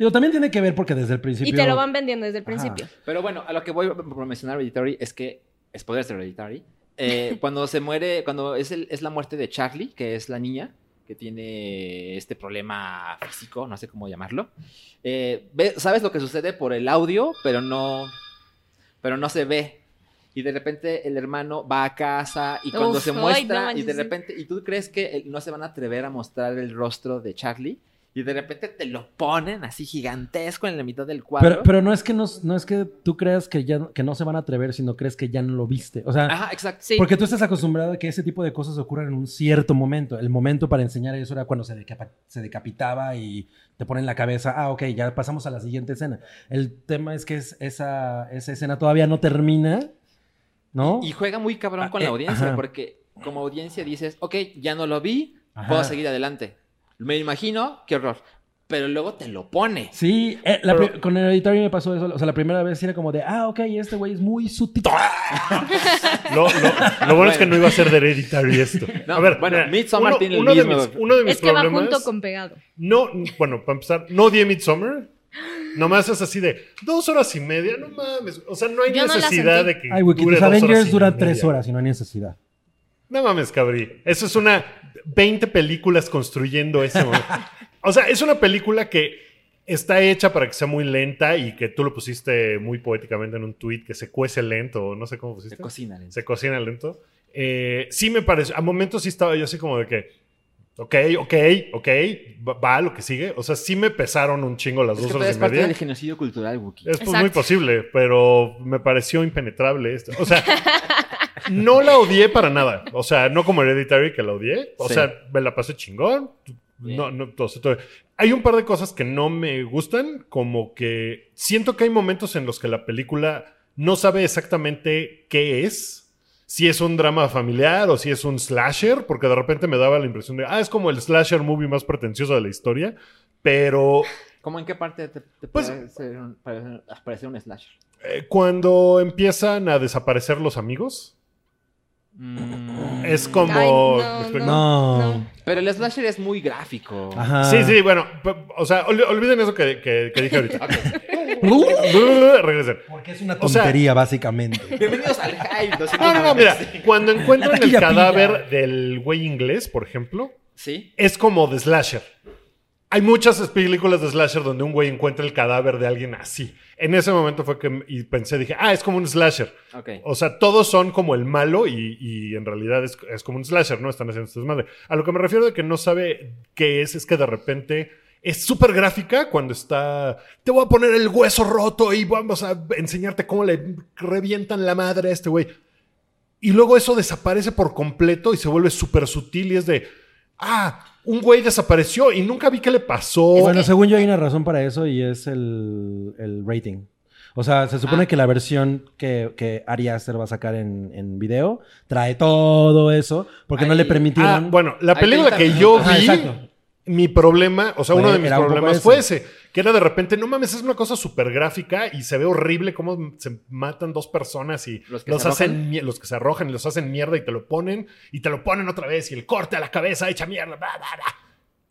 S5: Digo, también tiene que ver porque desde el
S4: Y
S5: principio...
S4: te lo van vendiendo desde el
S5: Ajá.
S4: principio.
S3: Pero bueno, a lo que voy a mencionar Hereditary es que, spoilers de Hereditary, eh, cuando se muere, cuando es, el- es la muerte de Charlie, que es la niña que tiene este problema físico, no sé cómo llamarlo, eh, ve- sabes lo que sucede por el audio, pero no, pero no se ve. Y de repente el hermano va a casa y cuando
S4: Uf,
S3: se
S4: ay,
S3: muestra
S4: no
S3: y
S4: manches,
S3: de
S4: sí.
S3: repente, y tú crees que eh, no se van a atrever a mostrar el rostro de Charlie y de repente te lo ponen así gigantesco en la mitad del cuadro.
S5: Pero, pero no es que no, no es que tú creas que ya que no se van a atrever, sino crees que ya no lo viste. O sea,
S3: Ajá, exacto.
S4: Sí.
S5: porque tú estás acostumbrado a que ese tipo de cosas ocurran en un cierto momento. El momento para enseñar eso era cuando se, decapa- se decapitaba y te ponen la cabeza. Ah, ok, ya pasamos a la siguiente escena. El tema es que es- esa, esa escena todavía no termina, ¿no?
S3: Y juega muy cabrón
S5: Ah,
S3: con la
S5: eh,
S3: audiencia,
S5: ajá.
S3: porque como audiencia dices, ok, ya no lo vi,
S5: Ajá.
S3: puedo seguir adelante. Me imagino, qué horror. Pero luego te lo pone.
S5: Sí, eh, la
S2: Pero-
S5: pri- con el editario me pasó eso. O sea, la primera vez sí era como de, ah, ok, este güey es muy sutil.
S2: Lo, lo- lo bueno, es que no iba a ser de Hereditary esto.
S3: No,
S2: a ver,
S3: bueno,
S2: mira,
S3: Midsommar
S2: uno,
S3: tiene el
S2: uno de
S3: mismo-
S2: mis, uno de mis
S4: Es que va
S2: problemas-
S4: junto con pegado.
S2: No, bueno, para empezar, no odié Midsommar. Nomás es así de dos horas y media, no mames. O sea, no hay
S4: Yo no la
S2: necesidad
S4: sentí.
S2: de que.
S5: Ay, güey, que
S2: dure
S5: tus
S2: dos horas
S5: Avengers
S2: y
S5: duran
S2: media.
S5: tres horas y no hay necesidad.
S2: No mames, Cabri. Eso es una 20 películas construyendo ese momento. O sea, es una película que está hecha para que sea muy lenta y que tú lo pusiste muy poéticamente en un tweet que se cuece lento, o no sé cómo pusiste.
S3: Te cocinan.
S2: se cocina lento. Eh, sí me pareció, a momentos sí estaba yo así como de que, ok, ok, ok, va, va lo que sigue. O sea, sí me pesaron un chingo las
S3: Es que
S2: dos
S3: todo
S2: horas
S3: es
S2: y
S3: parte
S2: media.
S3: del genocidio cultural, Wookie.
S2: Es pues,
S4: Exacto.
S2: muy posible, pero me pareció impenetrable esto. O sea, no la odié para nada. O sea, no como Hereditary que la odié. O
S3: Sí.
S2: sea, me la pasé chingón. No, no, o sea, todo- Hay un par de cosas que no me gustan, como que siento que hay momentos en los que la película no sabe exactamente qué es. Si es un drama familiar o si es un slasher, porque de repente me daba la impresión de, ah, es como el slasher movie más pretencioso de la historia, pero
S3: ¿Cómo en qué parte te, te
S2: Pues-
S3: parece, un, parece- parece un slasher?
S2: Eh, cuando empiezan a desaparecer los amigos,
S3: Mm.
S2: es como...
S4: Ay, no,
S2: ¿me explico?
S5: No.
S4: no.
S3: Pero el slasher es muy gráfico.
S5: Ajá.
S2: Sí, sí, bueno, p- o sea, ol- olviden eso que, que- que dije ahorita. Regresen.
S5: Porque es una
S2: O sea-
S5: tontería, básicamente.
S3: Bienvenidos al hype.
S2: No, no, no, mira, cuando encuentran el
S5: Pilla, pilla.
S2: cadáver del güey inglés, por ejemplo,
S3: Sí.
S2: es como de slasher. Hay muchas películas de slasher donde un güey encuentra el cadáver de alguien así. En ese momento fue que m- y pensé, dije, ah, es como un slasher.
S3: Ok.
S2: O sea, todos son como el malo y, y en realidad es, es como un slasher, ¿no? Están haciendo estas madres. A lo que me refiero de que no sabe qué es, es que de repente es súper gráfica cuando está. Te voy a poner el hueso roto y vamos a enseñarte cómo le revientan la madre a este güey. Y luego eso desaparece por completo y se vuelve súper sutil y es de. Ah, un güey desapareció y nunca vi qué le pasó.
S5: bueno, según yo hay una razón para eso y es el, el rating. O sea, se supone
S3: Ah.
S5: que la versión que, que Ari Aster va a sacar en, en video trae todo eso porque no
S3: Ay,
S5: le
S3: ah,
S5: permitieron.
S2: Ah, bueno, la
S3: Hay
S2: película
S3: 30
S2: que yo
S5: Ajá,
S2: vi.
S5: exacto.
S2: mi problema, o sea,
S5: Fue-
S2: uno de mis
S5: era un poco
S2: problemas
S5: ese.
S2: fue ese, que era de repente, no mames, es una cosa súper gráfica y se ve horrible cómo se matan dos personas y
S3: Los
S2: los,
S3: que se
S2: hacen, mie- los que se arrojan y los hacen mierda y te lo ponen y te lo ponen otra vez y el corte a la cabeza hecha mierda, bla, bla, bla.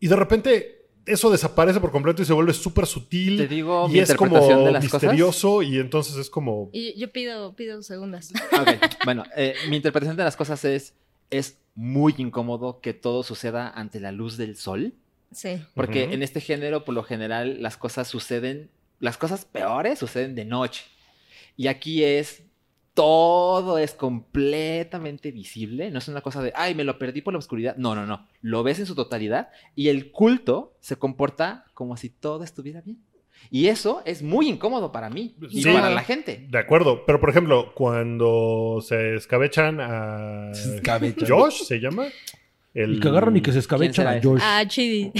S2: y de repente eso desaparece por completo y se vuelve súper sutil.
S3: Te digo
S2: y
S3: mi
S2: es como
S3: interpretación de las cosas.
S2: misterioso y entonces es como...
S4: Y yo pido, pido segundas.
S3: Ok, bueno, eh, mi interpretación de las cosas es, es muy incómodo que todo suceda ante la luz del sol,
S4: Sí.
S3: porque
S2: Ujú.
S3: en este género, por lo general, las cosas suceden, las cosas peores suceden de noche. Y aquí es, todo es completamente visible, no es una cosa de, ay, me lo perdí por la oscuridad. No, no, no, lo ves en su totalidad y el culto se comporta como si todo estuviera bien. Y eso es muy incómodo para mí y
S2: Sí.
S3: para la gente.
S2: De acuerdo, pero por ejemplo, cuando se escabechan a...
S5: Se escabechan.
S2: Josh se llama. El...
S5: Y que agarran y que se
S3: ¿Quién
S5: escabechan
S3: será
S5: a
S3: ese?
S5: Josh.
S4: Ah, Chidi.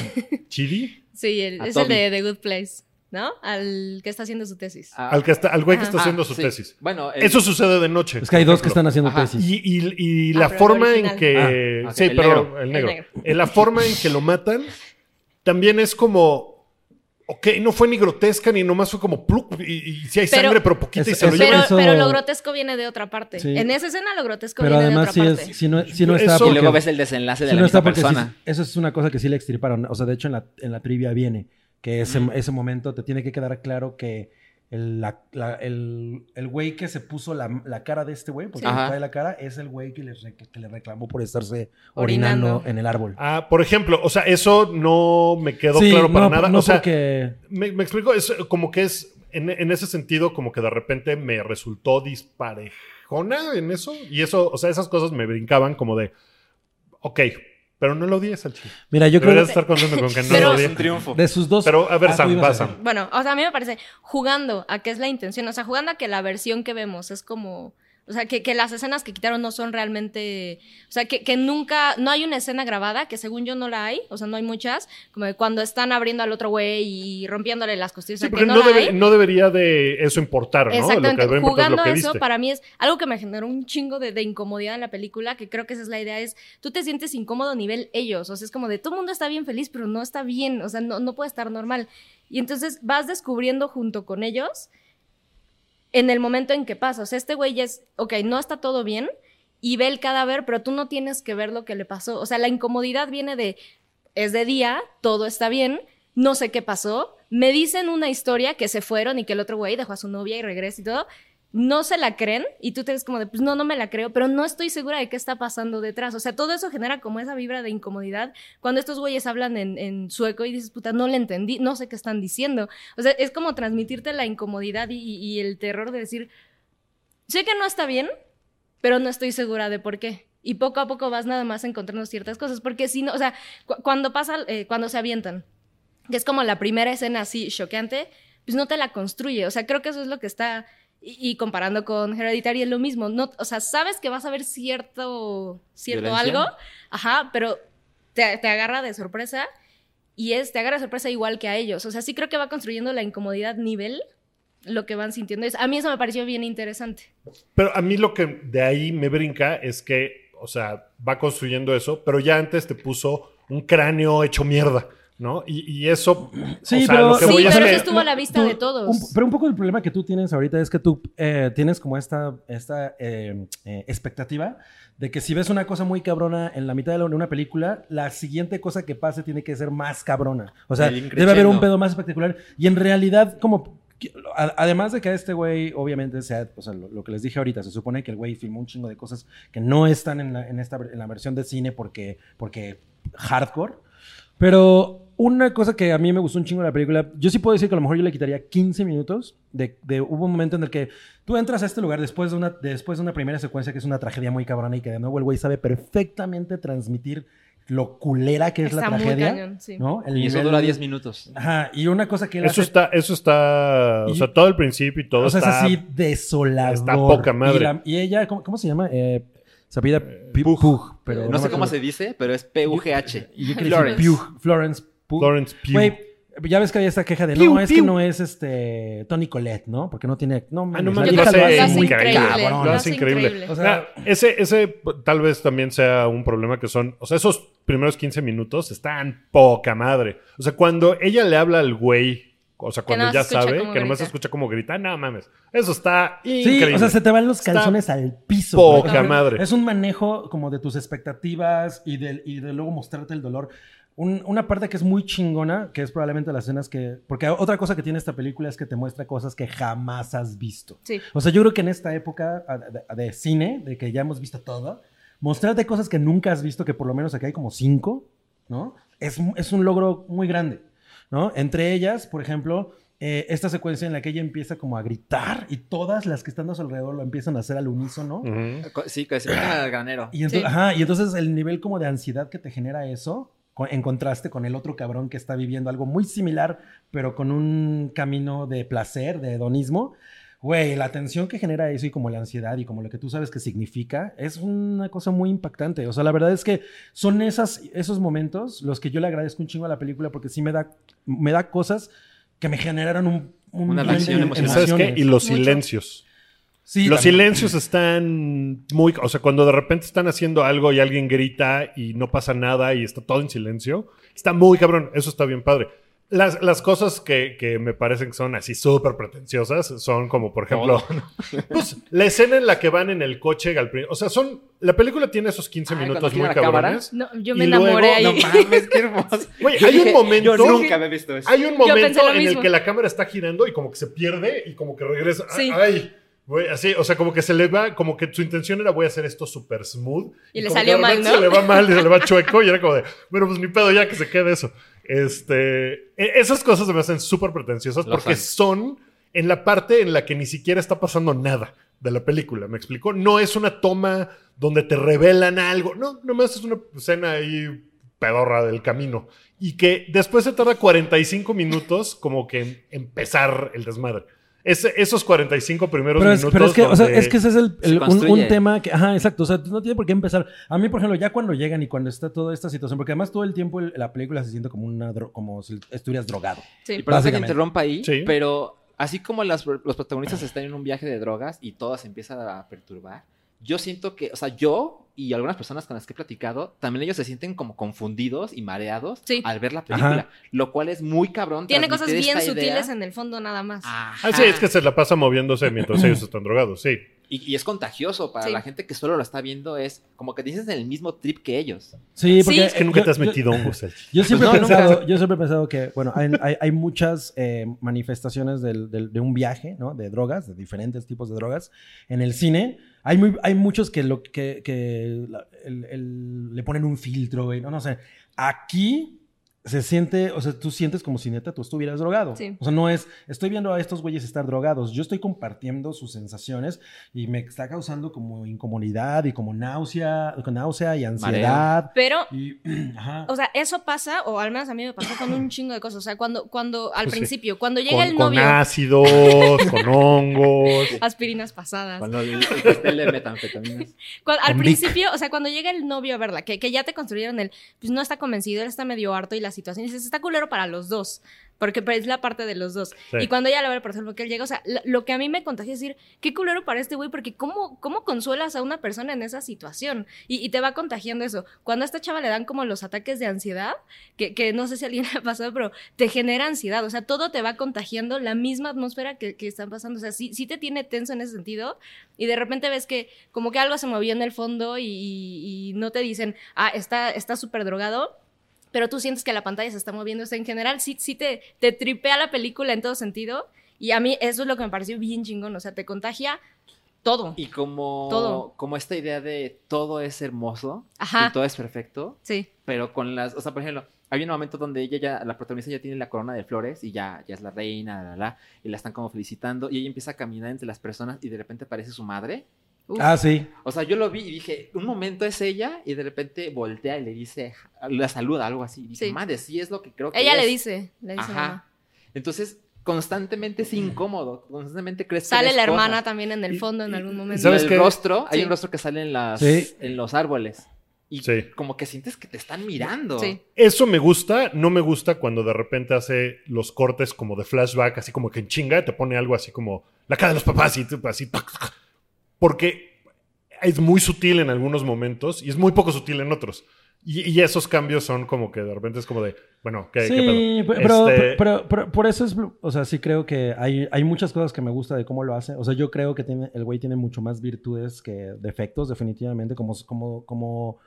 S2: Chidi.
S4: Sí, el-
S3: A
S4: es el
S3: Toby.
S4: de The Good Place, ¿no? Al que está haciendo su tesis.
S3: Ah,
S2: Al, que está, al güey que está
S4: Ah,
S2: haciendo su
S3: sí.
S2: tesis.
S3: Bueno, el-
S2: Eso sucede de noche.
S5: Es que hay
S2: por
S5: dos que
S2: ejemplo.
S5: están haciendo
S3: Ajá.
S5: tesis.
S2: Y, y- y
S4: Ah,
S2: la
S4: pero el
S2: forma en
S4: original.
S2: que...
S3: Ah, ok,
S2: sí,
S3: el
S2: pero
S3: negro.
S2: el negro.
S4: El negro.
S2: En la forma en que lo matan, también es como... Ok, no fue ni grotesca ni nomás fue como plup y, y sí hay
S4: Pero-
S2: sangre, pero poquita y
S5: Es-
S2: se lo
S5: es-
S2: llevan.
S4: Pero,
S5: eso-
S4: pero lo grotesco viene de otra parte.
S5: Sí.
S4: En esa escena lo grotesco
S5: Pero
S4: viene
S5: además sí,
S4: de otra parte.
S5: es, sí no, sí no está
S2: Eso-
S3: Y luego
S5: porque-
S3: ves el desenlace de
S5: sí
S3: la
S5: no está
S3: misma
S5: porque sí-
S3: persona.
S5: eso es una cosa que sí le extirparon. O sea, de hecho en la, en la trivia viene que ese, ese momento te tiene que quedar claro que el la- la- el, el güey que se puso la, la cara de este güey, porque
S3: Sí.
S5: le
S3: Ajá.
S5: trae la cara, es el güey que le, re- que le reclamó por estarse
S4: Orinando.
S5: orinando, en el árbol.
S2: Ah, por ejemplo, o sea, eso no me quedó claro para
S5: no,
S2: nada.
S5: no
S2: o sea,
S5: porque...
S2: me, me explico, es eh, como que es, en, en ese sentido, como que de repente me resultó disparejona en eso. Y eso, o sea, esas cosas me brincaban como de, ok, pero no lo odies al chico.
S5: Mira, yo creo
S2: Deberías
S5: que
S2: estar contento con que no
S4: Pero-
S2: lo odies.
S3: triunfo.
S5: de sus dos...
S2: Pero a ver,
S5: Ah, tú
S2: Sam,
S5: ibas a
S2: vas,
S5: hacer.
S2: Sam.
S4: Bueno, o sea, a mí me parece jugando a qué es la intención, o sea, jugando a que la versión que vemos es como, o sea, que, que las escenas que quitaron no son realmente, o sea, que, que nunca, no hay una escena grabada, que según yo no la hay, o sea, no hay muchas, como de cuando están abriendo al otro güey y rompiéndole las costillas,
S2: Sí,
S4: o sea, que
S2: porque
S4: no,
S2: no,
S4: la
S2: debe-
S4: hay.
S2: no debería de eso importar, ¿no? Lo que
S4: Exactamente,
S2: debe importar es
S4: jugando
S2: lo que
S4: a eso
S2: viste.
S4: para mí es algo que me generó un chingo de, de incomodidad en la película, que creo que esa es la idea, es tú te sientes incómodo a nivel ellos, o sea, es como de todo el mundo está bien feliz, pero no está bien, o sea, no, no puede estar normal. Y entonces vas descubriendo junto con ellos en el momento en que pasa, o sea, este güey ya es, ok, no está todo bien y ve el cadáver, pero tú no tienes que ver lo que le pasó, o sea, la incomodidad viene de, es de día, todo está bien, no sé qué pasó, me dicen una historia que se fueron y que el otro güey dejó a su novia y regresa y todo, no se la creen y tú te ves como de, pues no, no me la creo, pero no estoy segura de qué está pasando detrás. O sea, todo eso genera como esa vibra de incomodidad cuando estos güeyes hablan en, en sueco y dices, puta, no le entendí, no sé qué están diciendo. O sea, es como transmitirte la incomodidad y, y- y el terror de decir, sé que no está bien, pero no estoy segura de por qué. Y poco a poco vas nada más encontrando ciertas cosas, porque si no, o sea, cu- cuando pasa, eh, cuando se avientan, que es como la primera escena así choqueante, pues no te la construye. O sea, creo que eso es lo que está. Y, y comparando con Hereditary es lo mismo. No, o sea, sabes que vas a ver cierto, cierto
S3: Violencia.
S4: algo, ajá, pero te, te agarra de sorpresa y es, te agarra de sorpresa igual que a ellos. O sea, sí creo que va construyendo la incomodidad nivel lo que van sintiendo. Es- A mí eso me pareció bien interesante.
S2: Pero a mí lo que de ahí me brinca es que, o sea, va construyendo eso, pero ya antes te puso un cráneo hecho mierda, ¿no? Y, y eso, o sea, lo que
S4: Sí,
S2: voy a
S4: pero
S2: hacer...
S4: eso estuvo a la vista de todos.
S5: un- pero un poco el problema que tú tienes ahorita es que tú eh, tienes como esta, esta eh, eh, expectativa de que si ves una cosa muy cabrona en la mitad de, la- de una película, la siguiente cosa que pase tiene que ser más cabrona. O sea,
S3: El
S5: debe haber un
S3: increchendo.
S5: pedo más espectacular. Y en realidad, como... que- a- Además de que a este güey, obviamente, sea, o sea, lo, lo que les dije ahorita, se supone que el güey filmó un chingo de cosas que no están en la, en esta, en la versión de cine porque, porque hardcore. Pero una cosa que a mí me gustó un chingo de la película, yo sí puedo decir que a lo mejor yo le quitaría 15 minutos. De, de- hubo un momento en el que tú entras a este lugar después de, una, después de una primera secuencia que es una tragedia muy cabrona y que de nuevo el güey sabe perfectamente transmitir lo culera que es
S4: Está
S5: la
S4: muy
S5: tragedia.
S4: cañón, sí.
S5: ¿no? El
S3: Y eso
S5: nivel-
S3: dura 10 minutos.
S5: Ajá, y una cosa que él
S2: Eso
S5: hace-
S2: está, eso está, o
S5: Y-
S2: sea, todo el principio y todo
S5: o sea,
S2: está.
S5: es así desolador.
S2: está poca madre.
S5: Y, la- y ella, ¿cómo, cómo se llama? Eh, se apellida Pi-
S2: Pug.
S5: Pug, pero
S3: no sé
S5: me
S3: cómo
S5: acuerdo.
S3: se dice, pero es PUGH.
S5: Y yo quería decir
S3: Florence.
S5: Pug, Florence Pug.
S2: Florence Pugh.
S5: Güey, ya ves que había esta queja de
S2: Piu,
S5: no, es que
S2: piu.
S5: no es este Tony Colette, ¿no? Porque no tiene. No,
S2: Ah, no
S5: mames,
S2: mames,
S5: la
S2: lo
S5: vieja
S2: hace
S5: muy
S2: increíble,
S5: cabrón.
S2: lo
S4: Lo
S2: hace
S4: hace
S2: increíble.
S4: increíble.
S5: O sea,
S2: Ah, ese, ese p- tal vez también sea un problema que son, o sea, esos primeros 15 minutos están poca madre. O sea, cuando ella le habla al güey, o sea, cuando
S4: nomás
S2: ya
S4: escucha
S2: sabe,
S4: cómo
S2: que nomás
S4: grita.
S2: escucha como grita, no mames, eso está
S5: sí,
S2: increíble.
S5: o sea, se te van los
S2: Está
S5: calzones al piso.
S2: poca
S5: güey.
S2: madre.
S5: Es un manejo como de tus expectativas y de, y de luego mostrarte el dolor. un- una parte que es muy chingona, que es probablemente las escenas que... Porque otra cosa que tiene esta película es que te muestra cosas que jamás has visto.
S4: Sí.
S5: O sea, yo creo que en esta época ah, de, de cine, de que ya hemos visto todo, mostrarte cosas que nunca has visto, que por lo menos aquí hay como cinco, ¿no? Es, mu- es un logro muy grande, ¿no? Entre ellas, por ejemplo, eh, esta secuencia en la que ella empieza como a gritar y todas las que están a su alrededor lo empiezan a hacer al unísono.
S2: Ujú.
S3: Ah, Co- Sí, que se meten al granero.
S5: Y, ento-
S4: Sí.
S5: ajá, y entonces el nivel como de ansiedad que te genera eso, co- en contraste con el otro cabrón que está viviendo algo muy similar, pero con un camino de placer, de hedonismo, güey, la tensión que genera eso y como la ansiedad y como lo que tú sabes que significa, es una cosa muy impactante. O sea, la verdad es que son esas, esos momentos los que yo le agradezco un chingo a la película porque sí me da, me da cosas que me generaron un... un
S3: Una
S5: buen de
S3: reacción
S5: em-
S2: ¿Y
S3: emocional.
S2: sabes qué? Y los
S4: Mucho.
S2: silencios.
S5: Sí,
S2: los
S5: también.
S2: silencios están muy. O sea, cuando de repente están haciendo algo y alguien grita y no pasa nada y está todo en silencio, está muy cabrón. Eso está bien padre. Las, las cosas que, que me parecen que son así súper pretenciosas son como, por ejemplo, pues, la escena en la que van en el coche. al pri- O sea, son. La película tiene esos 15
S3: Ay, cuando
S2: minutos
S3: gira
S2: muy
S3: la cámara.
S2: cabrones.
S4: No, yo me
S2: Y luego-
S4: enamoré ahí.
S3: No mames, qué hermoso.
S2: Güey,
S3: Yo
S2: hay un
S3: dije,
S2: momento-
S3: Yo nunca había visto eso.
S2: Hay un
S4: Yo pensé
S2: momento
S4: lo
S2: en el
S4: mismo.
S2: que la cámara está girando y como que se pierde y como que regresa. Ah,
S4: Sí.
S2: Ay, güey, así, o sea, como que se le va, como que su intención era voy a hacer esto súper smooth.
S4: Y le
S2: como
S4: salió
S2: que de
S4: mal,
S2: repente
S4: ¿no?
S2: Se le va mal, y se le va chueco y era como de, bueno, pues ni pedo ya que se quede eso. Este, e- esas cosas se me hacen súper pretenciosas
S3: Lo
S2: porque son en la parte en la que ni siquiera está pasando nada de la película, ¿me explicó? No es una toma donde te revelan algo, no, nomás es una escena ahí pedorra del camino y que después se tarda 45 minutos como que en empezar el desmadre. Ese- esos 45 primeros
S5: Pero es,
S2: minutos.
S5: pero es que, o sea,
S2: donde-
S5: es que ese es el,
S3: Se
S5: el- un,
S3: construye.
S5: un tema que, ajá, exacto, o sea, no tiene por qué empezar. A mí, por ejemplo, ya cuando llegan y cuando está toda esta situación, porque además todo el tiempo el- la película se siente como una dro- como si estuvieras drogado.
S4: Sí.
S3: Y perdón que te
S5: Básicamente.
S3: interrumpa ahí,
S2: Sí.
S3: pero así como las- los protagonistas están en un viaje de drogas y todo se empieza a perturbar, yo siento que, o sea, yo y algunas personas con las que he platicado, también ellos se sienten como confundidos y mareados
S4: Sí.
S3: al ver la
S5: Ajá.
S3: película, lo cual es muy cabrón.
S4: Tiene cosas bien sutiles en el fondo nada más.
S2: Ah, sí, es que se la pasa moviéndose mientras ellos están drogados, sí.
S3: y, y es contagioso para
S4: Sí.
S3: la gente que solo lo está viendo, es como que dices en el mismo trip que ellos.
S5: Sí,
S4: Sí.
S5: porque
S4: Es
S2: Es que nunca
S5: yo-
S2: te has
S5: yo-
S2: metido hongos. Elchi.
S5: Yo siempre,
S3: Pues
S5: he
S3: no,
S5: pensado,
S3: nunca.
S5: yo siempre he pensado que, bueno, hay, hay- hay muchas eh, manifestaciones del- del- de un viaje, ¿no? De drogas, de diferentes tipos de drogas. En el cine hay, muy, hay muchos que, lo, que, que la- el- el- le ponen un filtro, güey, no, no sé. Aquí se siente, o sea, tú sientes como si neta tú estuvieras drogado.
S4: Sí.
S5: O sea, no es, estoy viendo a estos güeyes estar drogados, yo estoy compartiendo sus sensaciones y me está causando como incomodidad y como náusea, náusea y ansiedad.
S4: Pero
S5: Y, ajá.
S4: O sea, eso pasa, o al menos a mí me pasó con un chingo de cosas. O sea, cuando, cuando al
S2: Pues sí.
S4: principio, cuando llega
S2: Con,
S4: el
S2: con
S4: novio,
S2: ácidos, con hongos.
S4: aspirinas pasadas.
S3: Con el, el pastel de metanfetaminas.
S4: Cu- al
S5: con Vic.
S4: principio, o sea, cuando llega el novio a verla, que, que ya te construyeron el, pues no está convencido, él está medio harto y la situación dices, está culero para los dos, porque pues, es la parte de los dos.
S2: Sí.
S4: Y cuando ella lo ve, por ejemplo, que él llega, o sea, lo, lo que a mí me contagia es decir, qué culero para este güey, porque ¿cómo, cómo consuelas a una persona en esa situación? Y, y te va contagiando eso. Cuando a esta chava le dan como los ataques de ansiedad, que, que no sé si a alguien le ha pasado, pero te genera ansiedad, o sea, todo te va contagiando la misma atmósfera que, que están pasando, o sea, sí, sí te tiene tenso en ese sentido y de repente ves que como que algo se movió en el fondo y, y- y no te dicen, ah, está está súper drogado, pero tú sientes que la pantalla se está moviendo, o sea, en general sí, sí te, te tripea la película en todo sentido y a mí eso es lo que me pareció bien chingón, o sea, te contagia todo.
S3: Y como,
S4: Todo.
S3: como esta idea de todo es hermoso y
S4: Ajá,
S3: todo es perfecto,
S4: sí,
S3: pero con las, o sea, por ejemplo, hay un momento donde ella ya, la protagonista ya tiene la corona de flores y ya, ya es la reina, la, la, la, y la están como felicitando y ella empieza a caminar entre las personas y de repente aparece su madre.
S4: Uf.
S5: Ah, sí.
S3: O sea, yo lo vi y dije, un momento es ella y de repente voltea y le dice, la saluda, algo así. Y dice,
S4: Sí.
S3: madre, sí es lo que creo que
S4: ella le
S3: es".
S4: dice, le dice
S3: Ajá.
S4: mamá.
S3: Entonces, constantemente es incómodo, constantemente crees que
S4: Sale
S3: eres
S4: la
S3: cosa.
S4: hermana también en el
S2: Y-
S4: fondo en
S2: y-
S4: algún
S3: Y
S4: momento.
S2: ¿Sabes
S3: el
S2: qué?
S3: rostro, hay
S4: Sí.
S3: un rostro que sale en, las,
S5: Sí.
S3: en los árboles. Y
S2: Sí.
S3: como que sientes que te están mirando.
S4: Sí.
S2: Eso me gusta, no me gusta cuando de repente hace los cortes como de flashback, así como que en chinga, te pone algo así como la cara de los papás y tú así. tac, tac. Porque es muy sutil en algunos momentos y es muy poco sutil en otros. Y, y esos cambios son como que de repente es como de, bueno, ¿qué,
S5: sí,
S2: qué pedo?
S5: pe- pero,
S2: Este-
S5: pero- pero por eso es, o sea, sí creo que hay, hay muchas cosas que me gusta de cómo lo hace. O sea, yo creo que tiene, el güey tiene mucho más virtudes que defectos, definitivamente, como, como, como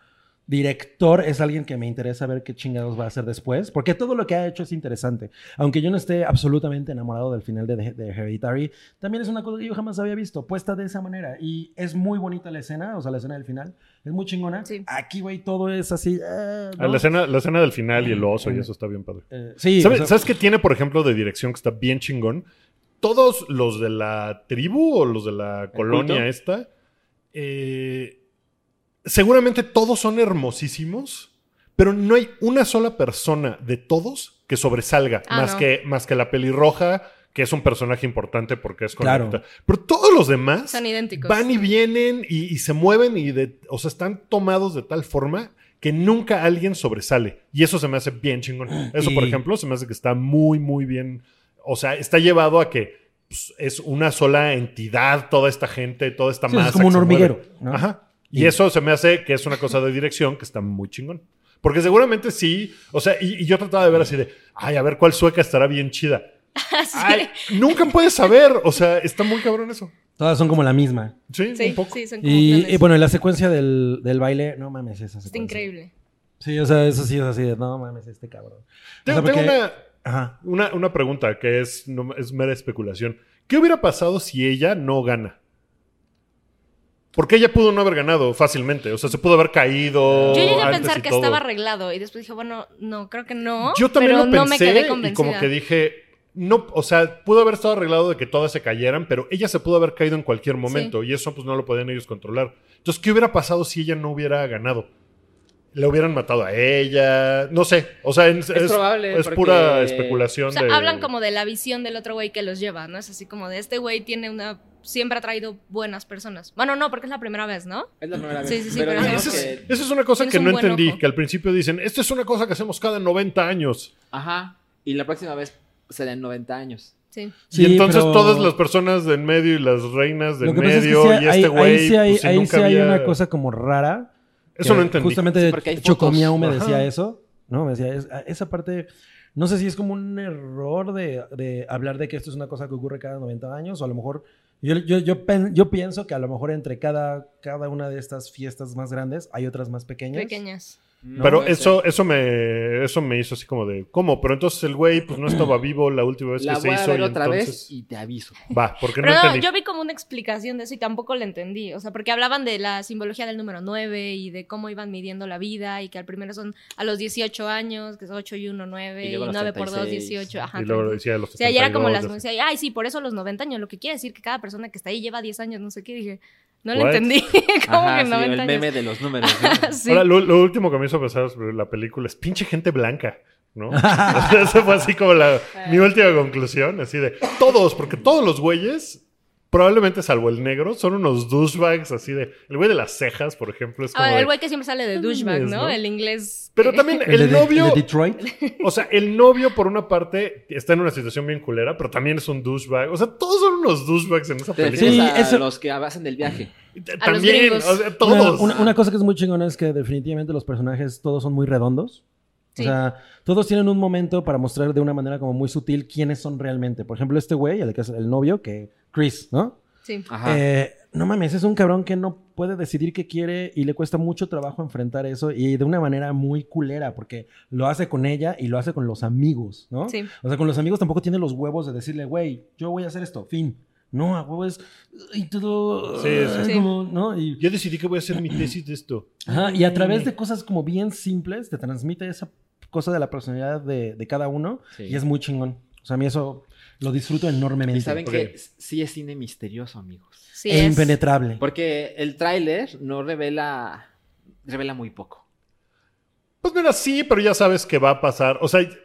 S5: director es alguien que me interesa ver qué chingados va a hacer después, porque todo lo que ha hecho es interesante. Aunque yo no esté absolutamente enamorado del final de, de Hereditary, también es una cosa que yo jamás había visto, puesta de esa manera. Y es muy bonita la escena, o sea, la escena del final, es muy chingona.
S4: Sí.
S5: Aquí, güey, todo es así. eh,
S2: Ah,
S5: ¿no?
S2: la, escena, la escena del final y el oso, y eso está bien padre.
S5: Eh, sí,
S2: ¿Sabes,
S5: o sea,
S2: ¿Sabes qué tiene, por ejemplo, de dirección que está bien chingón? Todos los de la tribu o los de la colonia
S3: culto?
S2: esta, eh, seguramente todos son hermosísimos, pero no hay una sola persona de todos que sobresalga,
S4: Ah,
S2: más,
S4: no.
S2: que, más que la pelirroja, que es un personaje importante porque es
S5: Claro.
S2: conecta. Pero todos los demás
S4: Son idénticos.
S2: van y vienen y, y se mueven y de, o sea, están tomados de tal forma que nunca alguien sobresale. Y eso se me hace bien chingón. Eso, por
S5: Y-
S2: ejemplo, se me hace que está muy, muy bien. O sea, está llevado a que pues, es una sola entidad toda esta gente, toda esta
S5: Sí, es
S2: masa.
S5: como
S2: que
S5: un
S2: se mueve.
S5: hormiguero, ¿no?
S2: Ajá. Y,
S5: Y-
S2: eso se me hace que es una cosa de dirección que está muy chingón. Porque seguramente sí, o sea, y, y yo trataba de ver así de, ay, a ver cuál sueca estará bien chida.
S4: Así.
S2: Ay, nunca puedes saber, o sea, está muy cabrón eso.
S5: todas son como la misma.
S2: Sí,
S4: Sí,
S2: un poco.
S4: sí, son como
S5: Y,
S4: clones.
S5: y bueno, la secuencia del, del baile, no mames, esa
S4: Está
S5: secuencia.
S4: increíble.
S5: Sí, o sea, eso sí es así de, no mames, este cabrón. O
S2: Tengo,
S5: sea, porque-
S2: tengo una,
S5: Ajá.
S2: una, una pregunta que es, no- es mera especulación. ¿Qué hubiera pasado si ella no gana? Porque ella pudo no haber ganado fácilmente. O sea, se pudo haber caído.
S4: Yo llegué a
S2: antes
S4: pensar
S2: y
S4: que
S2: todo.
S4: estaba arreglado y después dije, bueno, no, creo que no.
S2: Yo también
S4: pero
S2: lo
S4: no me
S2: pensé
S4: quedé
S2: y
S4: convencida.
S2: como que dije, no, o sea, pudo haber estado arreglado de que todas se cayeran, pero ella se pudo haber caído en cualquier momento y eso pues no lo podían ellos controlar. Entonces, ¿qué hubiera pasado si ella no hubiera ganado? ¿La hubieran matado a ella? No sé. O sea, es, es-
S3: probable,
S2: es
S3: porque-
S2: pura especulación.
S4: O sea,
S2: de-
S4: hablan como de la visión del otro güey que los lleva, ¿no? Es así como de este güey tiene una. Siempre ha traído buenas personas. Bueno, no, porque es la primera vez, ¿no?
S3: Es la primera vez.
S4: Sí, sí, sí, pero
S2: Ah,
S3: digamos
S2: Esa es,
S3: que-
S2: esa es una cosa
S4: Tienes
S2: que
S4: un
S2: no
S4: buen
S2: entendí,
S4: ojo.
S2: que al principio dicen, esto es una cosa que hacemos cada 90 años.
S3: Ajá. Y la próxima vez serán 90 años.
S4: Sí.
S5: Sí,
S2: y entonces
S5: pero-
S2: todas las personas del medio y las reinas del
S5: Lo que pasa es que
S2: medio
S5: sí, hay-
S2: y este güey,
S5: ahí sí hay,
S2: pues, si
S5: ahí
S2: nunca
S5: sí hay
S2: había-
S5: una cosa como rara.
S2: Eso
S5: que
S2: no entendí.
S5: Justamente
S3: Sí, porque hay
S5: Chocomiao me
S2: fotos.
S5: decía
S2: Ajá.
S5: eso, ¿no? Me decía, "Es- esa parte, no sé si es como un error de, de hablar de que esto es una cosa que ocurre cada 90 años, o a lo mejor, yo, yo, yo, pen- yo pienso que a lo mejor entre cada, cada una de estas fiestas más grandes hay otras más pequeñas.
S4: Pequeñas.
S3: No
S2: Pero
S3: puede
S2: eso, eso me eso me hizo así como de, ¿cómo? Pero entonces el güey pues no estaba vivo la última
S3: ser.
S2: vez
S3: La
S2: que se
S3: voy
S2: hizo.
S3: a ver
S2: y
S3: otra
S2: entonces...
S3: vez y te aviso.
S2: Va, porque no
S4: Pero no,
S2: entendí.
S4: yo vi como una explicación de eso y tampoco la entendí. O sea, porque hablaban de la simbología del número 9 y de cómo iban midiendo la vida y que al primero son a los 18 años, que es 8 y 1, 9
S3: Y
S4: y,
S3: luego los
S4: 9 por 2,
S3: 36.
S4: 18. Ajá.
S2: Y luego lo
S4: treinta.
S2: decía de los
S4: O sea, ya era como
S2: 72,
S4: las
S2: de-
S4: anuncias. Ay, sí, por eso los 90 años. Lo que quiere decir que cada persona que está ahí lleva 10 años, no sé qué. Dije, no lo
S2: What?
S4: entendí. ¿Cómo
S3: Ajá,
S4: que
S3: sí,
S4: 90
S3: el
S4: años?
S3: meme de los números. ¿no?
S4: Sí.
S2: Ahora, lo, lo último que me hizo pensar sobre la película es pinche gente blanca, ¿no? O sea, Esa fue así como la, mi última conclusión, así de todos, porque todos los güeyes, probablemente salvo el negro, son unos douchebags, así de, el güey de las cejas, por ejemplo, es como...
S4: Ah,
S2: de-
S4: el güey que siempre sale de
S2: No
S4: douchebag,
S2: mames,
S4: ¿no?
S2: ¿no?
S4: El inglés.
S2: pero
S4: que-
S2: también
S5: de-
S2: el novio,
S5: de Detroit.
S2: o sea, el novio por una parte está en una situación bien culera, pero también es un douchebag. O sea, todos son unos douchebags en esa
S3: Te
S2: película.
S3: refieres
S5: Sí,
S3: a
S5: eso-
S3: los que hacen del viaje.
S4: A los
S2: También, o
S4: gringos.
S2: sea,
S5: Una-
S2: todos.
S5: Una, una cosa que es muy chingona es que definitivamente los personajes todos son muy redondos.
S4: Sí.
S5: O sea, todos tienen un momento para mostrar de una manera como muy sutil quiénes son realmente. Por ejemplo, este güey, el que es el novio, que Chris, ¿no?
S4: Sí.
S3: Ajá.
S5: Eh, no mames, es un cabrón que no puede decidir qué quiere y le cuesta mucho trabajo enfrentar eso y de una manera muy culera porque lo hace con ella y lo hace con los amigos, ¿no?
S4: Sí.
S5: O sea, con los amigos tampoco tiene los huevos de decirle, güey, yo voy a hacer esto, fin. No, a huevos y todo
S2: Sí, sí.
S5: es
S4: Sí.
S5: como, ¿no? Y
S2: Yo decidí que voy a hacer mi tesis de esto.
S5: Ajá, y a través de cosas como bien simples te transmite esa cosa de la personalidad de, de cada uno
S3: Sí.
S5: y es muy chingón. O sea, a mí eso lo disfruto enormemente.
S3: Y saben
S2: Ok.
S3: que sí es cine misterioso, amigos.
S4: Sí.
S5: e
S4: es.
S5: impenetrable.
S3: Porque el tráiler no revela. Revela muy poco.
S2: Pues mira, sí, pero ya sabes que va a pasar. O sea, de-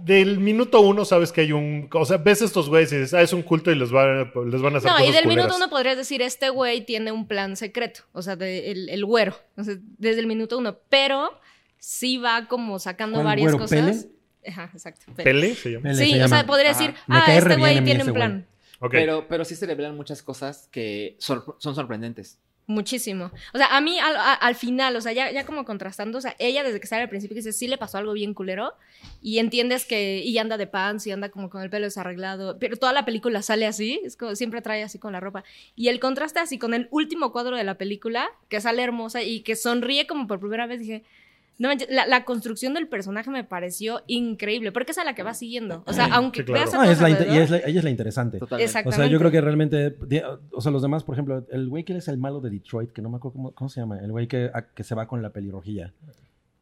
S2: del minuto uno sabes que hay un. O sea, ves estos güeyes y dices, ah, es un culto y les van a, les van a hacer
S4: No,
S2: cosas
S4: y del
S2: culeras.
S4: minuto uno podrías decir, este güey tiene un plan secreto, o sea, de- el, el güero, o sea, desde el minuto uno, pero sí va como sacando
S5: ¿Cuál
S4: varias
S5: güero,
S4: cosas. Ajá, exacto. Pele.
S2: Pele se llama.
S5: Pele
S4: Sí,
S5: se
S4: o sea,
S5: llama.
S4: podría
S3: Ajá.
S4: decir,
S5: Me
S4: ah,
S5: cae re
S4: este
S5: bien a
S4: güey
S5: mí
S4: tiene
S5: ese
S4: un plan.
S2: Ok.
S3: Pero, pero sí se revelan muchas cosas que sor- son sorprendentes.
S4: Muchísimo. O sea, a mí al, a- al final, o sea, ya, ya como contrastando, o sea, ella desde que sale al principio que dice, sí le pasó algo bien culero, y entiendes que, y anda de pants, y anda como con el pelo desarreglado, pero toda la película sale así, es como, siempre trae así con la ropa. Y el contraste así con el último cuadro de la película, que sale hermosa y que sonríe como por primera vez, dije, no manches, la, la construcción del personaje me pareció increíble, porque es a la que va siguiendo. O sea, aunque
S2: sí, claro.
S4: veas a
S5: No,
S4: todos
S5: Ah, es la inte-
S4: alrededor-
S5: y es la- ella es la interesante.
S3: Totalmente.
S5: O
S4: Exactamente.
S5: sea, yo creo que realmente, di- o sea, los demás, por ejemplo, el güey que es el malo de Detroit, que no me acuerdo cómo, cómo se llama, el güey que, a- que se va con la pelirrojilla,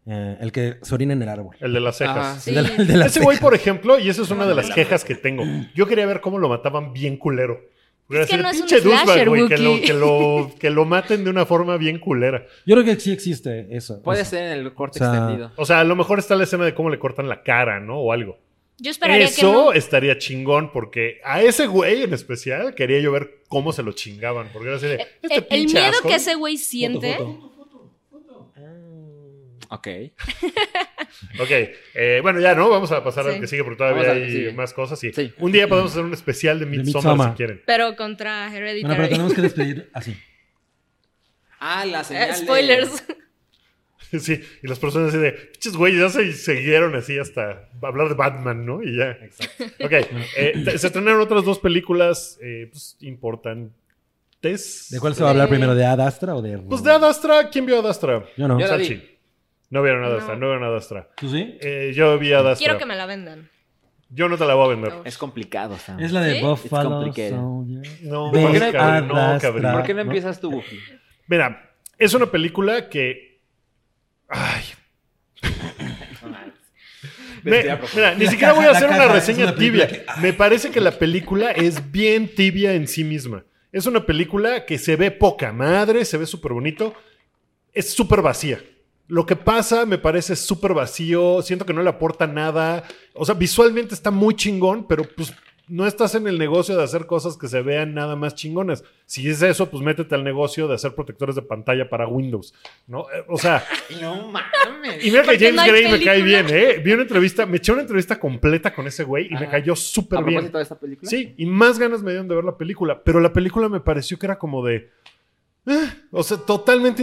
S5: Eh, el que se orina en el árbol.
S2: El de las cejas.
S3: Ajá.
S4: Sí.
S5: El de la- el de la
S2: Ese
S5: ceja.
S2: güey, por ejemplo, y esa es una de las quejas que tengo. Yo quería ver cómo lo mataban bien culero. Voy a
S4: Es que
S2: decir,
S4: no es un
S2: "Pinche douchebag,
S4: slasher,
S2: güey, que lo,
S4: Wookie".
S2: que, lo, que lo maten de una forma bien culera.
S5: Yo creo que sí existe eso.
S3: Puede
S5: O sea,
S3: ser en el corte
S5: o sea,
S3: extendido.
S2: O sea, a lo mejor está la escena de cómo le cortan la cara, ¿no? O algo.
S4: Yo esperaría que
S2: Eso
S4: no.
S2: estaría chingón, porque a ese güey en especial quería yo ver cómo se lo chingaban. Porque era así de, "Este
S4: El, el
S2: pinche
S4: miedo
S2: asco".
S4: que ese güey siente.
S5: foto, foto.
S3: Ok.
S2: Ok, eh, bueno, ya no, vamos a pasar al
S4: Sí.
S2: que sigue, porque todavía
S3: Vamos al que
S2: hay
S3: sigue.
S2: más cosas. Y
S3: Sí.
S2: Un día podemos hacer un especial de Midsommar,
S5: Midsommar.
S2: si quieren.
S4: Pero contra Hereditary.
S5: Bueno, pero tenemos que despedir así.
S3: Ah, la
S4: Eh,
S3: señal. de-
S4: Spoilers.
S2: Sí, y las personas así de, pinches güey, ya se siguieron así hasta hablar de Batman, ¿no? Y ya. Exacto. Ok, eh, te- se estrenaron otras dos películas eh, pues, importantes.
S5: ¿De cuál se va a hablar
S4: Eh,
S5: primero? ¿De Ad Astra o de.?
S2: Pues de Ad Astra, ¿quién vio Ad Astra?
S5: Yo no.
S3: Yo la vi.
S2: Salchi. No vieron Ad
S4: No.
S2: Astra, no, vieron Ad Astra.
S5: ¿Tú sí?
S2: Eh, yo vi Ad Astra.
S4: Quiero que me la vendan.
S2: Yo no te la voy a vender.
S4: No.
S3: Es complicado, Sam.
S5: Es la de
S4: ¿Sí?
S5: Buffalo
S3: complicated.
S5: Soldier.
S2: No,
S5: Ve
S2: cabrón,
S5: Ad
S2: no,
S5: Astra.
S2: cabrón.
S3: ¿Por qué no
S5: ¿no?
S3: empiezas tú, Wookie?
S2: Mira, es una película que. Ay. Me-
S3: Vestida a propósito.
S2: mira, ni
S5: La
S2: siquiera voy a
S5: caja-
S2: hacer
S5: la
S2: una
S5: caja es
S2: reseña
S5: una película
S2: tibia.
S5: que- ah. ay.
S2: Me parece que la película es bien tibia en sí misma. Es una película que se ve poca madre, se ve súper bonito, es súper vacía. Lo que pasa me parece súper vacío, siento que no le aporta nada. O sea, visualmente está muy chingón, pero pues no estás en el negocio de hacer cosas que se vean nada más chingonas. Si es eso, pues métete al negocio de hacer protectores de pantalla para Windows, ¿no? Eh, O sea,
S3: No mames.
S2: y mira que
S4: Porque
S2: James
S4: no hay
S2: Gray me cae
S4: película.
S2: bien, ¿eh? Vi una entrevista, me eché una entrevista completa con ese güey y me
S3: Ah.
S2: cayó
S3: ¿A
S2: súper bien.
S3: propósito de esta película?
S2: Sí, y más ganas me dieron de ver la película, pero la película me pareció que era como de... eh, o sea, totalmente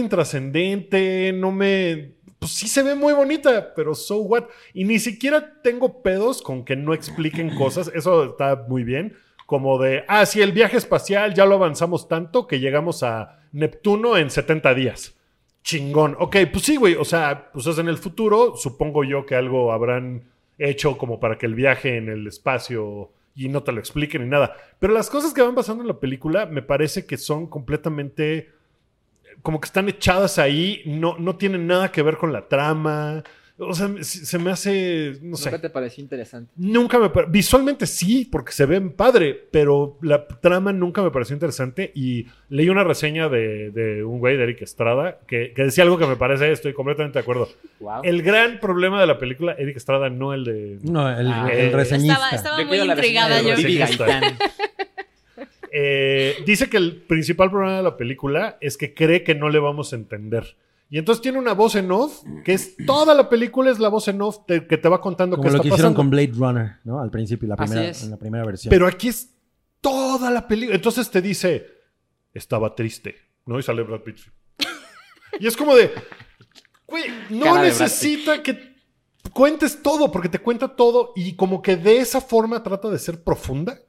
S2: intrascendente, no me... Pues sí se ve muy bonita, pero so what. Y ni siquiera tengo pedos con que no expliquen cosas, eso está muy bien. Como de, ah, sí, el viaje espacial ya lo avanzamos tanto que llegamos a Neptuno en 70 días. Chingón. Ok, pues sí, güey. O sea, pues es en el futuro. Supongo yo que algo habrán hecho como para que el viaje en el espacio y no te lo expliquen ni nada. Pero las cosas que van pasando en la película me parece que son completamente como que están echadas ahí. No, no tienen nada que ver con la trama. O sea, se se me hace, no sé.
S3: ¿Nunca te pareció interesante?
S2: Nunca me pare- Visualmente sí, porque se ven padre, pero la trama nunca me pareció interesante. Y leí una reseña de, de un güey, de Eric Estrada, que, que decía algo que me parece, estoy completamente de acuerdo.
S3: Wow.
S2: El gran problema de la película, Eric Estrada, no el de.
S5: No, el,
S3: Ah,
S5: el
S2: eh,
S5: reseñista.
S4: Estaba, estaba
S3: Yo
S4: muy
S3: quiero la versión
S4: intrigada
S3: de
S4: yo.
S3: Vivi
S2: Sí, está.
S3: Gaitán.
S2: Eh, dice que el principal problema de la película es que cree que no le vamos a entender. Y entonces tiene una voz en off, que es toda la película es la voz en off te- que te va contando
S5: Como
S2: qué
S5: lo
S2: está
S5: que hicieron
S2: pasando.
S5: con Blade Runner, ¿no? Al principio, la
S3: Así
S5: primera,
S3: es.
S5: en la primera versión.
S2: Pero aquí es toda la película. Entonces te dice, estaba triste, ¿no? Y sale Brad Pitt. y es como de, güey,
S3: Cara de
S2: no
S3: Brad
S2: necesita que cuentes todo, porque te cuenta todo y como que de esa forma trata de ser profunda.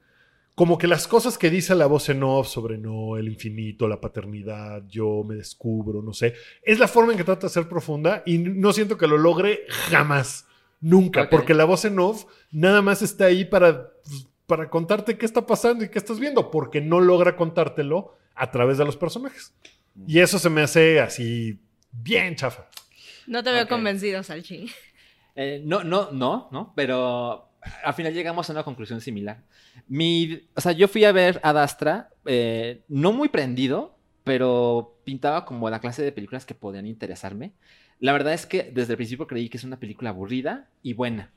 S2: Como que las cosas que dice la voz en off sobre no, el infinito, la paternidad, yo me descubro, no sé. Es la forma en que trata de ser profunda y no siento que lo logre jamás. Nunca,
S3: Ok.
S2: porque la voz en off nada más está ahí para, pues, para contarte qué está pasando y qué estás viendo, porque no logra contártelo a través de los personajes.
S3: Mm.
S2: Y eso se me hace así bien chafa.
S4: No te veo
S3: Ok.
S4: convencido, Salchi.
S3: Eh, no, no, no, no, pero al final llegamos a una conclusión similar. Mi, o sea, yo fui a ver Ad Astra, eh, no muy prendido, pero pintaba como la clase de películas que podían interesarme. La verdad es que desde el principio creí que es una película aburrida y buena.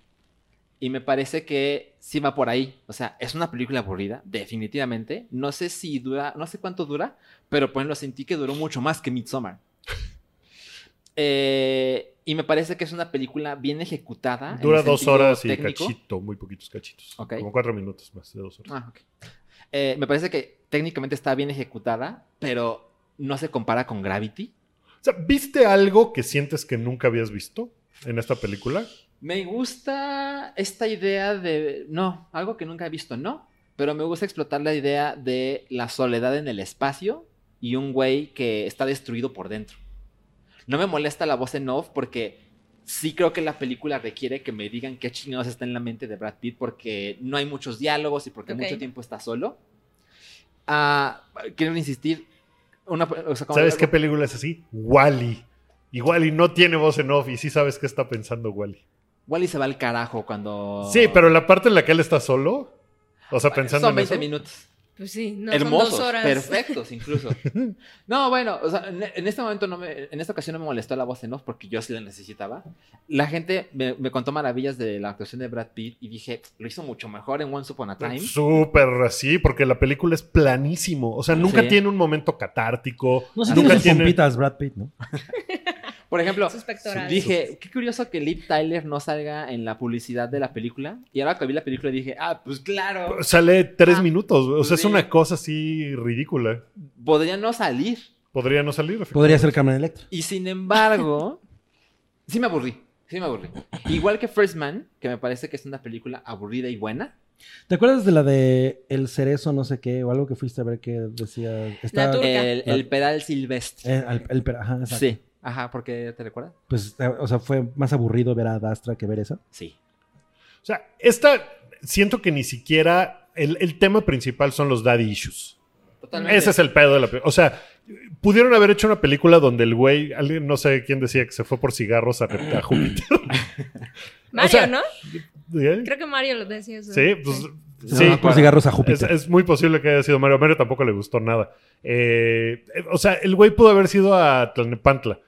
S3: Y me parece que sí va por ahí. O sea, es una película aburrida, definitivamente. No sé si dura, no sé cuánto dura, pero pues lo sentí que duró mucho más que Midsommar. Eh, y me parece que es una película bien ejecutada. Ah, en
S2: Dura
S3: el
S2: dos
S3: sentido
S2: horas y
S3: técnico.
S2: cachito, muy poquitos cachitos.
S3: Ok.
S2: Como cuatro minutos más de dos horas.
S3: Ah, ok. Eh, me parece que técnicamente está bien ejecutada, pero no se compara con Gravity.
S2: O sea, ¿viste algo que sientes que nunca habías visto en esta película?
S3: Me gusta esta idea de, no, algo que nunca he visto, no, pero me gusta explotar la idea de la soledad en el espacio y un güey que está destruido por dentro. No me molesta la voz en off porque sí creo que la película requiere que me digan qué chingados está en la mente de Brad Pitt porque no hay muchos diálogos y porque
S4: Ok.
S3: mucho tiempo está solo. Ah, quiero insistir. Una, o sea, como-
S2: ¿Sabes qué película es así? Wally. Y Wally no tiene voz en off y sí sabes qué está pensando Wally.
S3: Wally se va al carajo cuando.
S2: Sí, pero la parte en la que él está solo, o sea, pensando
S3: Son
S2: en
S3: 20
S2: eso.
S3: minutos.
S4: Pues sí, no,
S3: Hermosos,
S4: son dos horas.
S3: perfectos incluso. No, bueno, o sea, en, en este momento no me, en esta ocasión no me molestó la voz en off porque yo sí la necesitaba. La gente me, me contó maravillas de la actuación de Brad Pitt y dije, lo hizo mucho mejor en Once Upon a Time.
S2: Súper así, porque la película es planísimo. O sea, nunca
S3: Sí.
S2: tiene un momento catártico.
S5: No sé,
S2: nunca
S5: tiene sus
S2: tiene.
S5: pompitas Brad Pitt, ¿no?
S3: Por ejemplo,
S4: Sus pectorales.
S3: dije, qué curioso que Liv Tyler no salga en la publicidad de la película. Y ahora que vi la película dije, ah, pues claro,
S2: Sale tres
S3: Ah,
S2: minutos. O sea, es
S3: sí.
S2: una cosa así ridícula.
S3: podría no salir.
S2: Podría no salir. efectivamente.
S5: Podría ser Cameron Electra.
S3: Y sin embargo, sí me aburrí. Sí me aburrí. Igual que First Man, que me parece que es una película aburrida y buena.
S5: ¿Te acuerdas de la de El Cerezo, no sé qué, o algo que fuiste a ver que decía. Está,
S4: La turca.
S3: El, el pedal silvestre.
S5: Eh, al- el- pero, ajá, exacto.
S3: Sí. Ajá, ¿por qué te recuerda?
S5: Pues, eh, o sea, fue más aburrido ver a Dastra que ver eso.
S3: Sí.
S2: O sea, esta siento que ni siquiera el, el tema principal son los daddy issues.
S3: Totalmente.
S2: Ese es el pedo de la película. O sea, pudieron haber hecho una película donde el güey, alguien no sé quién decía que se fue por cigarros a, a Júpiter. O
S4: Mario,
S2: sea,
S4: ¿no?
S2: ¿Eh?
S4: Creo que Mario lo decía eso.
S2: Sí, pues
S5: Se
S2: sí.
S5: van por cigarros a Júpiter.
S2: Es, es muy posible que haya sido Mario. A Mario tampoco le gustó nada. Eh, eh, o sea, el güey pudo haber sido a Tlalnepantla.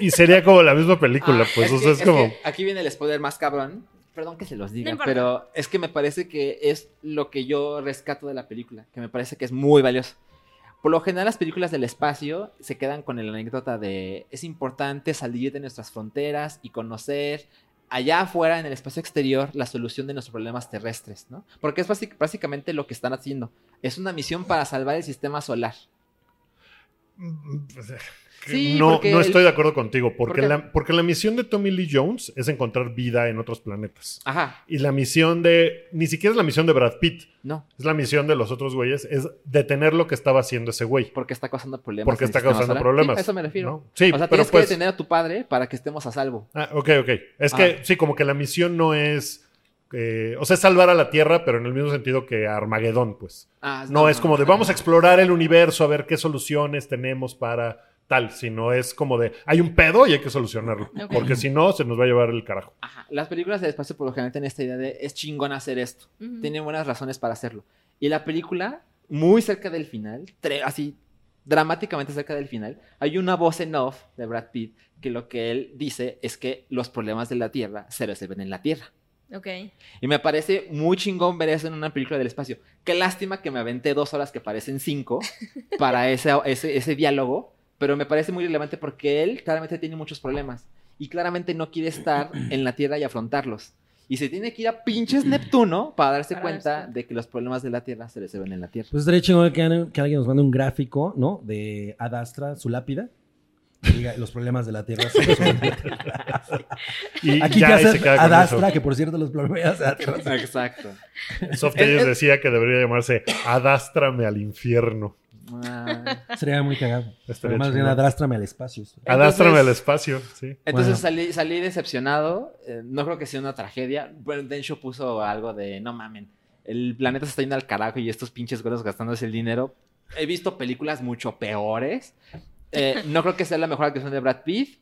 S2: Y sería como la misma película,
S3: Ah,
S2: pues. o
S3: que-
S2: sea, es, como.
S3: que aquí viene el spoiler más cabrón. Perdón que se los diga,
S4: No importa.
S3: pero es que me parece que es lo que yo rescato de la película, que me parece que es muy valioso. Por lo general las películas del espacio se quedan con la anécdota de es importante salir de nuestras fronteras y conocer allá afuera en el espacio exterior la solución de nuestros problemas terrestres, ¿no? Porque es basic- básicamente lo que están haciendo. Es una misión para salvar el sistema solar.
S2: que
S3: Sí,
S2: mm, no,
S3: porque
S2: no
S3: el-
S2: estoy de acuerdo contigo. Porque,
S3: Porque-
S2: la, porque la misión de Tommy Lee Jones es encontrar vida en otros planetas.
S3: Ajá,
S2: Y la misión de. Ni siquiera es la misión de Brad Pitt.
S3: no,
S2: Es la misión de los otros güeyes. Es detener lo que estaba haciendo ese güey.
S3: porque está causando problemas.
S2: Porque
S3: en el
S2: está
S3: sistema
S2: causando
S3: solar.
S2: problemas.
S3: Sí, a eso me refiero.
S2: ¿no? Sí,
S3: o
S2: pero
S3: sea, tienes
S2: pues.
S3: que detener a tu padre para que estemos a salvo.
S2: Ah, ok, ok. Es que
S3: Ah.
S2: sí, como que la misión no es. eh, o sea, es salvar a la Tierra, pero en el mismo sentido que Armagedón, pues.
S3: Ah,
S2: No es como de vamos a explorar el universo a ver qué soluciones tenemos para tal, sino es como de hay un pedo y hay que solucionarlo.
S4: Ok.
S2: Porque si no, se nos va a llevar el carajo.
S3: Ajá. Las películas de espacio por lo general tienen esta idea de es chingón hacer esto.
S4: Ujú.
S3: Tienen buenas razones para hacerlo. Y la película, muy cerca del final, tre- así dramáticamente cerca del final, hay una voz en off de Brad Pitt que lo que él dice es que los problemas de la Tierra se resuelven en la Tierra.
S4: Ok.
S3: Y me parece muy chingón ver eso en una película del espacio. Qué lástima que me aventé dos horas que parecen cinco para ese, ese, ese diálogo, pero me parece muy relevante porque él claramente tiene muchos problemas y claramente no quiere estar en la Tierra y afrontarlos. Y se tiene que ir a pinches Neptuno para darse
S4: Para darse
S3: cuenta
S4: cuenta.
S3: de que los problemas de la Tierra se les ven en la Tierra.
S5: Pues estaría chingón que, alguien- que alguien nos mande un gráfico, ¿no? De Adastra, su lápida. que diga, los problemas de la Tierra. se resuelven".
S2: Y
S5: Aquí
S2: ya
S5: ya
S2: ahí se queda con
S5: Adastra, que por cierto, los problemas de la Tierra.
S4: Pues,
S5: se-
S3: Exacto.
S2: eso. Soft Ellis decía que debería llamarse Adástrame al infierno.
S3: Ah.
S5: Sería muy cagado.
S2: Estaría
S5: Pero más bien
S2: chingón.
S5: Adástrame al espacio.
S2: Adástrame al
S3: Entonces-
S2: espacio, sí.
S3: Entonces
S5: Bueno.
S3: salí, salí decepcionado. eh, no creo que sea una tragedia. Bueno, Densho puso algo de no mamen. El planeta se está yendo al carajo y estos pinches gordos gastándose el dinero. He visto películas mucho peores. Eh, no creo que sea la mejor actuación de Brad Pitt.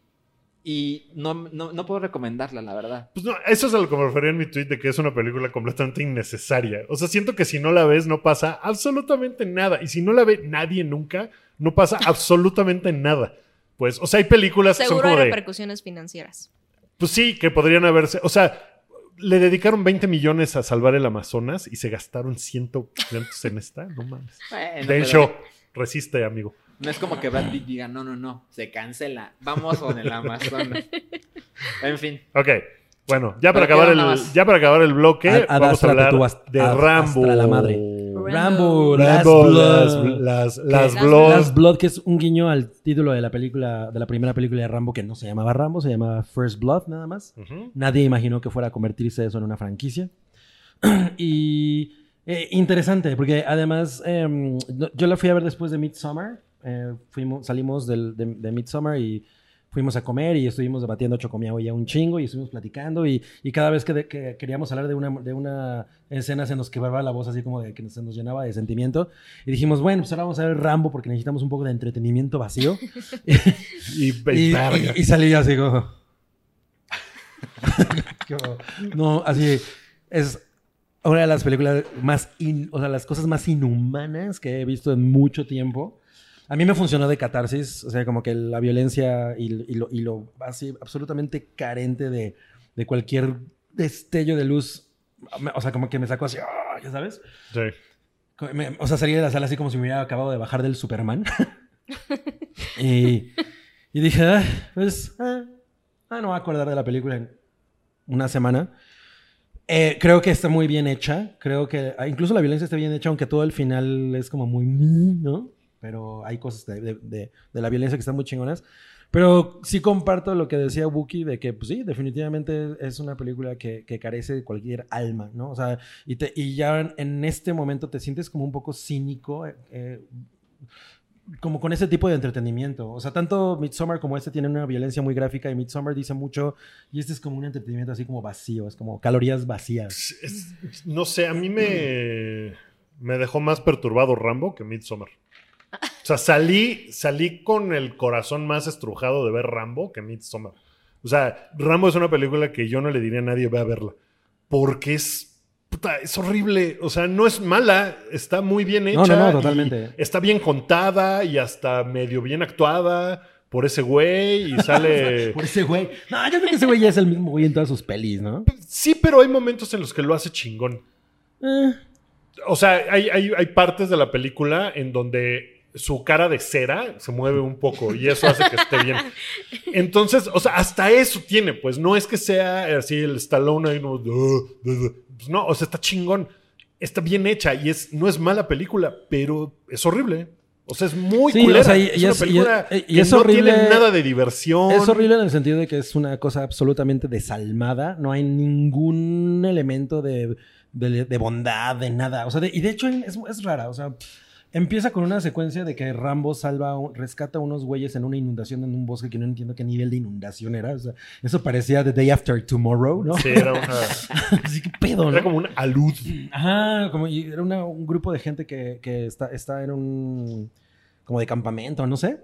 S3: Y no, no, no puedo recomendarla, la verdad.
S2: Pues no, eso es a lo que me refería en mi tweet de que es una película completamente innecesaria. O sea, siento que si no la ves no pasa absolutamente nada. Y si no la ve nadie nunca, no pasa absolutamente nada. Pues, o sea, hay películas que son
S4: Seguro
S2: como
S4: hay
S2: de...
S4: repercusiones financieras.
S2: Pues sí, que podrían haberse... O sea, le dedicaron 20 millones a salvar el Amazonas y se gastaron 100 tantos en esta. No mames.
S3: Bueno,
S2: Del
S3: pero
S2: show. Resiste, amigo.
S3: No es como que Brad Pitt diga no, no, no. Se cancela. Vamos con el Amazonas. en fin.
S2: Ok. Bueno, ya para,
S3: Pero
S2: acabar
S3: queda nada
S2: el,
S3: más.
S2: ya para acabar el bloque,
S5: Ad-
S2: vamos a
S5: adástrate
S2: hablar
S5: tú hasta-
S2: de
S5: ad-
S2: Rambo.
S5: hasta la madre.
S4: Rambo.
S5: Rambo. Last
S2: Rambo,
S5: Blood.
S2: las, las,
S5: Las
S2: las Blood.
S5: Last Blood, que es un guiño al título de la película, de la primera película de Rambo, que no se llamaba Rambo, se llamaba First Blood, nada más.
S2: Ujú.
S5: Nadie imaginó que fuera a convertirse eso en una franquicia. y eh, interesante, porque además em, no- yo la fui a ver después de Midsommar. Eh, fuimos, salimos del- de, de Midsommar y fuimos a comer y estuvimos debatiendo Chocomiao ya un chingo y estuvimos platicando y, y cada vez que, de- que queríamos hablar de una, de una escena se nos quebraba la voz así como de que se nos llenaba de sentimiento y dijimos, bueno, pues ahora vamos a ver Rambo porque necesitamos un poco de entretenimiento vacío
S2: Y,
S5: y,
S2: y verga.
S5: y- y salí así como... como- No, así es una de las películas más, in- o sea, las cosas más inhumanas que he visto en mucho tiempo. A mí me funcionó de catarsis, o sea, como que la violencia y, y lo, y lo así absolutamente carente de, de cualquier destello de luz. O sea, como que me sacó así, ¡ah! ya sabes.
S2: Sí.
S5: Como- me- O sea, salí de la sala así como si me hubiera acabado de bajar del Superman. y, y dije, "Ah, pues, ah, ah, no voy a acordar de la película en una semana. Eh, creo que está muy bien hecha. Creo que ah, incluso la violencia está bien hecha, aunque todo el final es como muy, "Mm", ¿no? Pero hay cosas de, de- de- de la violencia que están muy chingonas. Pero sí comparto lo que decía Wookie de que, pues sí, definitivamente es una película que, que carece de cualquier alma, ¿no? O sea, y, te- y ya en, en este momento te sientes como un poco cínico, eh, eh, como con ese tipo de entretenimiento. O sea, tanto Midsommar como este tienen una violencia muy gráfica y Midsommar dice mucho y este es como un entretenimiento así como vacío, es como calorías vacías.
S2: Es- es- no sé, a mí me, me dejó más perturbado Rambo que Midsommar. O sea, salí, salí con el corazón más estrujado de ver Rambo que Midsommar. O sea, Rambo es una película que yo no le diría a nadie, ve a verla. Porque es, puta, es horrible. O sea, no es mala, está muy bien hecha.
S5: No, no, no,
S2: y
S5: totalmente.
S2: Está bien contada y hasta medio bien actuada por ese güey y sale...
S5: Por ese güey. No, yo creo que ese güey ya es el mismo güey en todas sus pelis, ¿no?
S2: sí, pero hay momentos en los que lo hace chingón.
S5: Eh,
S2: O sea, hay, hay, hay partes de la película en donde su cara de cera se mueve un poco y eso hace que esté bien. Entonces, o sea, hasta eso tiene, pues no es que sea así el Stallone ahí como, "Ugh, ugh, ugh". Pues no, o sea, está chingón, está bien hecha y es, no es mala película, pero es horrible. O sea, es muy
S5: Sí,
S2: culera.
S5: o sea, y-
S2: es
S5: y
S2: una
S5: es- y-
S2: película
S5: y- y
S2: que
S5: es
S2: no
S5: horrible-
S2: tiene nada de diversión.
S5: Es horrible en el sentido de que es una cosa absolutamente desalmada. No hay ningún elemento de, de- de bondad, de nada. O sea, de- y de hecho es, es rara. O sea, empieza con una secuencia de que Rambo salva, un- rescata a unos güeyes en una inundación en un bosque que no entiendo qué nivel de inundación era. O sea, eso parecía The Day After Tomorrow, ¿no?
S2: Sí, era, una-
S5: Así que pedo, ¿no?
S2: era como un alud.
S5: Ajá, como y era una- un grupo de gente que, que está, está en un. como de campamento, no sé.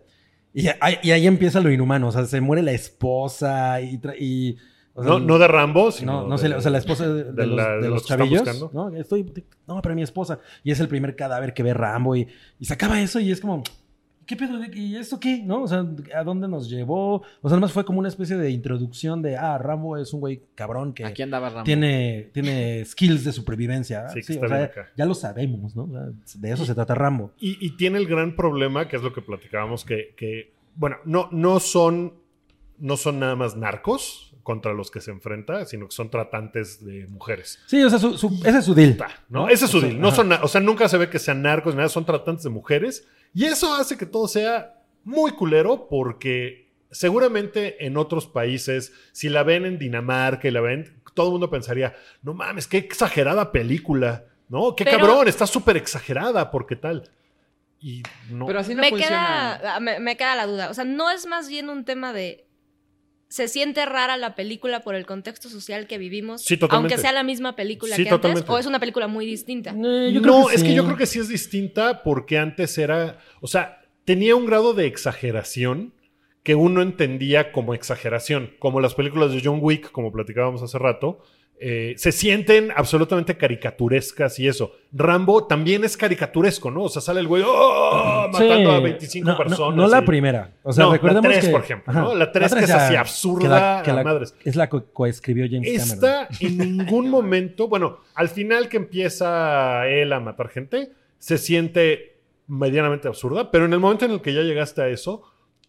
S5: Y, ahí- y ahí empieza lo inhumano, o sea, se muere la esposa y. tra- y o sea,
S2: No, no de Rambo, sino
S5: no, no
S2: de-
S5: sé, o sea, la esposa de, de
S2: de
S5: los,
S2: la-
S5: de
S2: de
S5: los
S2: los que están
S5: chavillos.
S2: buscando.
S5: No, estoy, no, pero mi esposa. Y es el primer cadáver que ve Rambo y, y se acaba eso y es como, ¿qué pedo? de- ¿Y esto qué? ¿No? O sea, ¿a dónde nos llevó? O sea, además fue como una especie de introducción de, ah, Rambo es un güey cabrón que
S3: Aquí andaba Rambo.
S5: tiene, tiene skills de supervivencia. ¿verdad?
S2: Sí, que
S5: Sí,
S2: está
S5: o sea,
S2: bien acá.
S5: ya lo sabemos, ¿no? O sea, De eso se trata Rambo.
S2: Y, y tiene el gran problema, que es lo que platicábamos, que, que, bueno, no, no, son, no son nada más narcos contra los que se enfrenta, sino que son tratantes de mujeres.
S5: Sí, o sea, su- su- ese es su deal.
S2: ¿no? Ese es su
S5: O sea,
S2: deal. No
S5: ajá.
S2: son, na- o sea, nunca se ve que sean narcos, nada, son tratantes de mujeres. Y eso hace que todo sea muy culero porque seguramente en otros países, si la ven en Dinamarca y la ven, todo el mundo pensaría, no mames, qué exagerada película, ¿no? Qué
S4: Pero-
S2: cabrón, está súper exagerada porque tal. Y no.
S3: Pero así no
S4: me,
S3: funciona.
S4: queda, ah, me, me queda la duda. O sea, no es más bien un tema de. Se siente rara la película por el contexto social que vivimos,
S2: Sí, totalmente.
S4: aunque sea la misma película
S2: Sí,
S4: que antes,
S2: totalmente.
S4: o es una película muy distinta.
S5: Eh, yo creo
S2: no, es que
S5: sí.
S2: yo creo que sí es distinta porque antes era, o sea, tenía un grado de exageración que uno entendía como exageración, como las películas de John Wick, como platicábamos hace rato, eh, se sienten absolutamente caricaturescas y eso. Rambo también es caricaturesco, ¿no? O sea, sale el güey ¡oh!
S5: Sí.
S2: matando a 25
S5: No, no,
S2: personas.
S5: No, la
S2: y-
S5: primera. O sea,
S2: No, la
S5: recordemos
S2: tres,
S5: que-
S2: por ejemplo,
S5: ajá.
S2: ¿no? La tres que es
S5: ya-
S2: así absurda, a madres.
S5: Es la que coescribió James Cameron.
S2: Esta en ningún momento, bueno, al final que empieza él a matar gente, se siente medianamente absurda, pero en el momento en el que ya llegaste a eso,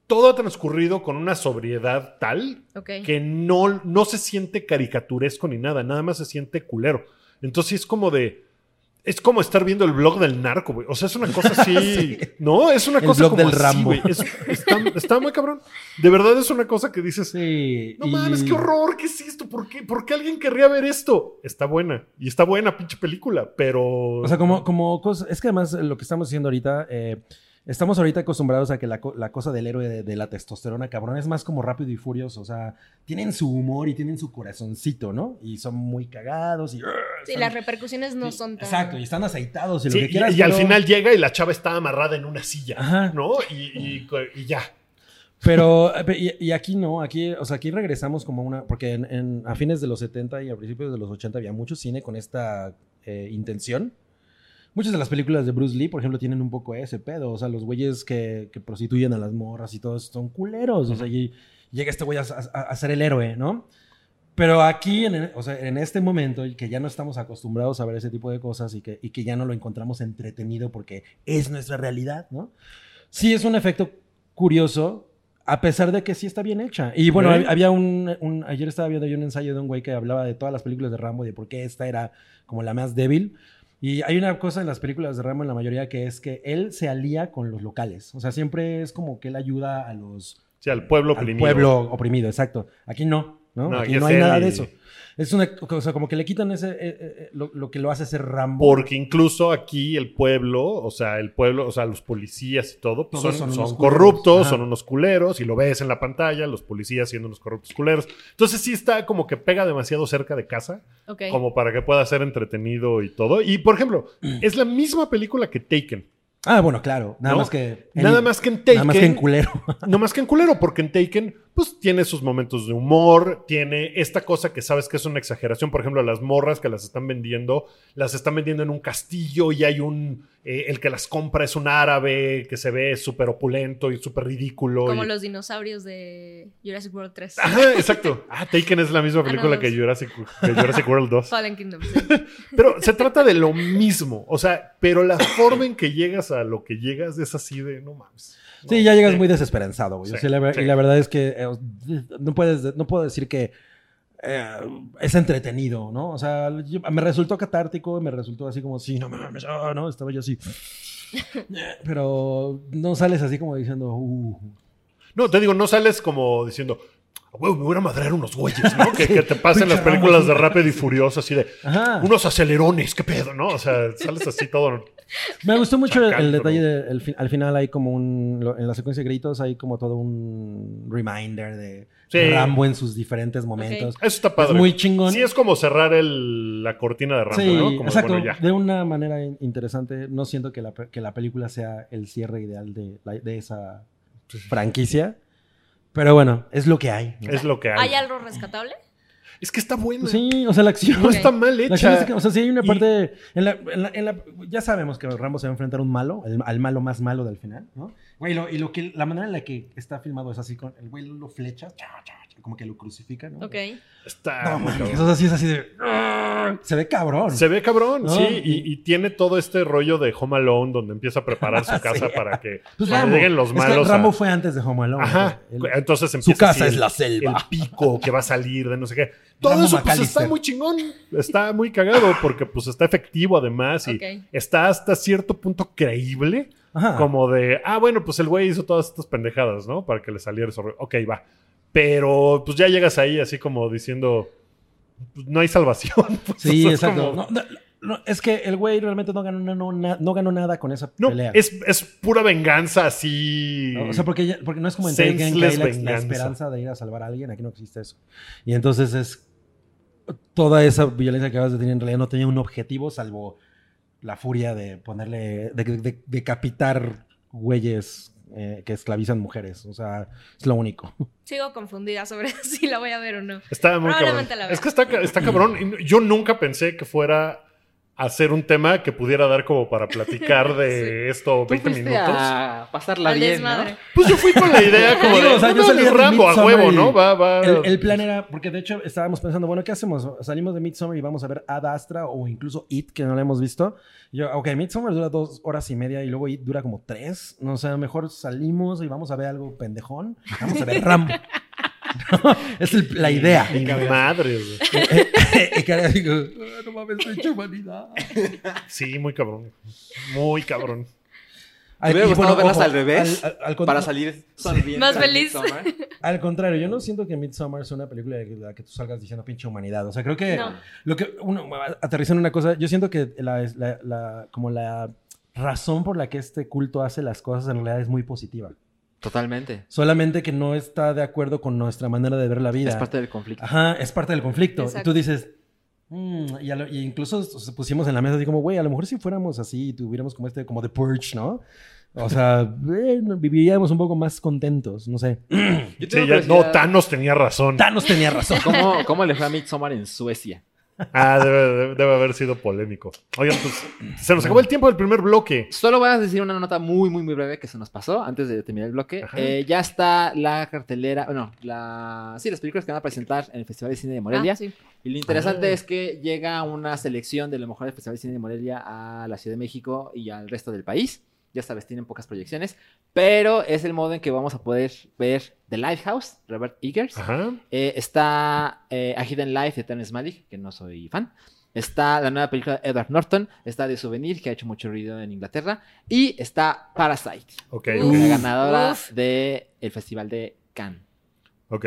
S2: todo ha transcurrido con una sobriedad tal
S4: Ok.
S2: que no, no se siente caricaturesco ni nada, nada más se siente culero. Entonces sí es como de... Es como estar viendo el blog del narco, güey. O sea, es una cosa así. No, es una
S5: El
S2: cosa
S5: blog
S2: como
S5: del
S2: así,
S5: Rambo.
S2: güey. Es- está, está muy cabrón. De verdad es una cosa que dices,
S5: Sí.
S2: no
S5: y-
S2: mames, qué horror, qué es esto, ¿por qué, ¿por qué alguien querría ver esto? Está buena. Y está buena, pinche película, pero.
S5: O sea, como, como cosa, es que además eh, lo que estamos haciendo ahorita, eh, estamos ahorita acostumbrados a que la, co- la cosa del héroe de, de la testosterona, cabrón, es más como rápido y furioso. O sea, tienen su humor y tienen su corazoncito, ¿no? Y son muy cagados y.
S4: Sí, las repercusiones no son tan...
S5: Exacto, y están aceitados y
S2: Sí,
S5: lo que
S2: y-
S5: quieras.
S2: y, al
S5: pero-
S2: final llega y la chava está amarrada en una silla,
S5: Ajá.
S2: ¿no? Y, y- y ya.
S5: Pero, eh, pe- y, y aquí no, aquí, o sea, aquí regresamos como una, porque en, en- a fines de los 70 y a principios de los 80 había mucho cine con esta eh, intención. Muchas de las películas de Bruce Lee, por ejemplo, tienen un poco ese pedo, o sea, los güeyes que, que prostituyen a las morras y todo eso son culeros, o sea, y llega este güey a, a- a ser el héroe, ¿no? Pero aquí, en, o sea, en este momento, y que ya no estamos acostumbrados a ver ese tipo de cosas y que, y que ya no lo encontramos entretenido porque es nuestra realidad, ¿no? Sí es un efecto curioso, a pesar de que sí está bien hecha. Y bueno,
S2: ¿Eh?
S5: hab- había un, un- Ayer estaba viendo yo un ensayo de un güey que hablaba de todas las películas de Rambo y de por qué esta era como la más débil. Y hay una cosa en las películas de Rambo, en la mayoría, que es que él se alía con los locales. O sea, siempre es como que él ayuda a los
S2: Sí, al pueblo
S5: al
S2: oprimido.
S5: pueblo oprimido, exacto. Aquí no, ¿no?
S2: No,
S5: aquí
S2: aquí
S5: no
S2: es
S5: hay
S2: él
S5: nada
S2: y-
S5: de eso. Es una cosa como que le quitan ese eh, eh, eh, lo, lo que lo hace ser Rambo.
S2: Porque incluso aquí el pueblo, o sea, el pueblo, o sea, los policías y todo, pues, son,
S5: Todos son
S2: son
S5: unos culeros.
S2: corruptos,
S5: Ajá.
S2: son unos culeros, y lo ves en la pantalla, los policías siendo unos corruptos culeros. Entonces sí está como que pega demasiado cerca de casa,
S4: Ok.
S2: como para que pueda ser entretenido y todo. Y por ejemplo,
S5: Mm.
S2: es la misma película que Taken.
S5: Ah, bueno, claro, nada
S2: ¿No?
S5: más que
S2: Nada más que en Taken.
S5: nada más que en culero.
S2: No más que en culero, porque en Taken, pues tiene sus momentos de humor, tiene esta cosa que sabes que es una exageración. Por ejemplo, las morras que las están vendiendo, las están vendiendo en un castillo y hay un. eh, el que las compra es un árabe que se ve súper opulento y súper ridículo.
S4: Como
S2: y-
S4: los dinosaurios de Jurassic World 3.
S2: Ajá, exacto. Ah, Taken es la misma
S4: Ah, no,
S2: película
S4: dos.
S2: que, Jurassic, que Jurassic World 2.
S4: Fallen Kingdom. sí.
S2: Pero se trata de lo mismo. O sea, pero la forma en que llegas a lo que llegas es así de no mames. no,
S5: Sí, ya llegas muy desesperanzado, güey. O
S2: Sí,
S5: sea, la ver-
S2: sí.
S5: Y la verdad es que eh, no, puedes, no puedo decir que eh, es entretenido, ¿no? O sea, yo- me resultó catártico, me resultó así como, sí, no mames, ah, no, estaba yo así. Pero no sales así como diciendo, uh,
S2: No, te digo, no sales como diciendo, "A huevo, me voy a madrear unos güeyes, ¿no? Que, que te pasen las
S5: Pinche
S2: películas de
S5: Rambo.
S2: rápido y furioso, así de
S5: ajá.
S2: unos acelerones, qué pedo, ¿no? O sea, sales así todo.
S5: Me gustó mucho el, el
S2: Chacal,
S5: detalle de- el fin- al final hay como un lo- en la secuencia de gritos hay como todo un reminder de
S2: Sí.
S5: Rambo en sus diferentes momentos.
S2: Eso está padre.
S5: Es muy chingón.
S2: Sí, es como cerrar el- la cortina de Rambo,
S5: Sí,
S2: ¿no? Como,
S5: exacto.
S2: bueno, ya.
S5: De una manera in- interesante, no siento que la, pe- que la película sea el cierre ideal de, la- de esa franquicia, pero bueno, es lo que hay. ¿no?
S2: Es lo que hay.
S4: ¿Hay algo rescatable?
S2: Es que está bueno.
S5: Sí, o sea, la acción.
S2: No está mal
S5: La acción es
S2: hecha.
S5: que- o sea, sí hay una
S2: Y-
S5: parte. En la, en la- en la- ya sabemos que Rambo se va a enfrentar a un malo, el- al malo más malo del final, ¿no? Güey, lo- y lo que, la manera en la que está filmado es así: con, el güey lo flecha, cha, cha, cha, como que lo crucifica, ¿no?
S4: Ok.
S2: Está
S5: No,
S2: muy
S5: mames,
S2: cabrón.
S5: eso sí es así de. ¡ah! Se ve cabrón.
S2: Se ve cabrón,
S5: No,
S2: sí,
S5: y-
S2: y, y tiene todo este rollo de Home Alone donde empieza a preparar su casa
S5: Sí.
S2: para que
S5: Pues
S2: cuando
S5: Rambo.
S2: lleguen los
S5: es que
S2: malos. a-
S5: Rambo fue antes de Home Alone.
S2: Ajá.
S5: güey. Él-
S2: Entonces
S5: su
S2: empieza
S5: casa
S2: así
S5: es
S2: el-
S5: la
S2: el
S5: selva.
S2: pico que va a salir de no sé qué. Todo
S5: Rambo
S2: eso pues,
S5: McAllister.
S2: está muy chingón. Está muy cagado porque pues está efectivo además y
S4: Ok.
S2: está hasta cierto punto creíble.
S5: Ajá.
S2: Como de, ah, bueno, pues el güey hizo todas estas pendejadas, ¿no? Para que le saliera eso. Ok, va. Pero pues ya llegas ahí así como diciendo, pues, no hay salvación. Pues,
S5: Sí,
S2: o sea, es
S5: exacto.
S2: como-
S5: No, no, no, es que el güey realmente no ganó, na- no, na- no ganó nada con esa
S2: no,
S5: pelea.
S2: es, es pura venganza así.
S5: O sea, porque, ya- porque no es como en Taken que hay
S2: Senseless
S5: la, la
S2: venganza.
S5: esperanza de ir a salvar a alguien, aquí no existe eso. Y entonces es toda esa violencia que acabas de tener en realidad no tenía un objetivo salvo la furia de ponerle, de, de- de- decapitar güeyes eh, que esclavizan mujeres. O sea, es lo único.
S4: Sigo confundida sobre si la voy a ver o no.
S2: Está muy cabrón.
S4: Probablemente la vea.
S2: Es que está, ca- está cabrón. Y no- Yo nunca pensé que fuera a ser un tema que pudiera dar como para platicar de esto
S3: Tú
S2: 20
S3: fuiste
S2: minutos.
S3: a Ah. pasarla
S4: Al
S3: bien,
S4: desmadre.
S3: ¿no?
S2: Pues yo fui con la idea como de,
S5: Digo, o sea, yo
S2: no,
S5: salí
S2: es
S5: de
S2: Rambo a
S5: Midsommar
S2: huevo,
S5: y-
S2: ¿no? Va, va.
S5: El, el plan era, porque de hecho estábamos pensando, bueno, ¿qué hacemos? Salimos de Midsommar y vamos a ver Ad Astra o incluso It, que no la hemos visto. Y yo, ok, Midsommar dura dos horas y media y luego It dura como tres. No sé, mejor salimos y vamos a ver algo pendejón. Vamos a ver Rambo. es el- la idea. Eh,
S2: Mi madre, güey.
S5: y Karen dijo, "Ah, no mames, soy hecho humanidad.
S2: Sí, muy cabrón. Muy cabrón.
S5: Ay,
S3: hubiera
S5: y
S3: gustado verlas al revés
S5: al- al-
S3: Para
S5: al contra-
S3: salir sonriendo.
S4: Más
S3: a
S4: feliz.
S3: Midsommar.
S5: Al contrario, yo no siento que Midsommar sea una película de la que tú salgas diciendo pinche humanidad. O sea, creo que
S4: No.
S5: lo que uno aterriza en una cosa, yo siento que la, la- la- como la razón por la que este culto hace las cosas en realidad es muy positiva.
S3: Totalmente.
S5: Solamente que no está de acuerdo con nuestra manera de ver la vida.
S3: Es parte del conflicto.
S2: Ah,
S5: Ajá, es parte del conflicto. Y
S4: Exacto.
S5: tú dices, "Mm", y, a lo- y incluso nos pusimos en la mesa así como, güey, a lo mejor si fuéramos así y tuviéramos como este, como The Purge, ¿no? O sea, eh, viviríamos un poco más contentos, no sé.
S3: Yo
S2: Sí,
S3: tengo
S2: ya- no,
S3: curiosidad,
S2: Thanos tenía razón.
S5: Thanos tenía razón.
S3: ¿Cómo, ¿Cómo le fue a Midsommar en Suecia?
S2: Ah, debe, debe- debe haber sido polémico. Oigan, pues se nos acabó el tiempo del primer bloque.
S3: Solo voy a decir una nota muy, muy, muy breve que se nos pasó antes de terminar el bloque.
S2: Ajá.
S3: Eh, ya está la cartelera, bueno, la, sí, las películas que van a presentar en el Festival de Cine de Morelia.
S4: Ah, sí.
S3: Y lo interesante es que llega una selección de lo mejor del Festival de Cine de Morelia a la Ciudad de México y al resto del país. Ya sabes, tienen pocas proyecciones, pero es el modo en que vamos a poder ver The Lifehouse, Robert Eggers.
S2: Ajá.
S3: Eh, está eh, A Hidden Life de Terrence Malick, que no soy fan. Está la nueva película de Edward Norton. Está The Souvenir, que ha hecho mucho ruido en Inglaterra. Y está Parasite,
S2: Ok,
S4: Uf.
S3: la ganadora
S4: Uf.
S3: del Festival de Cannes.
S2: ok.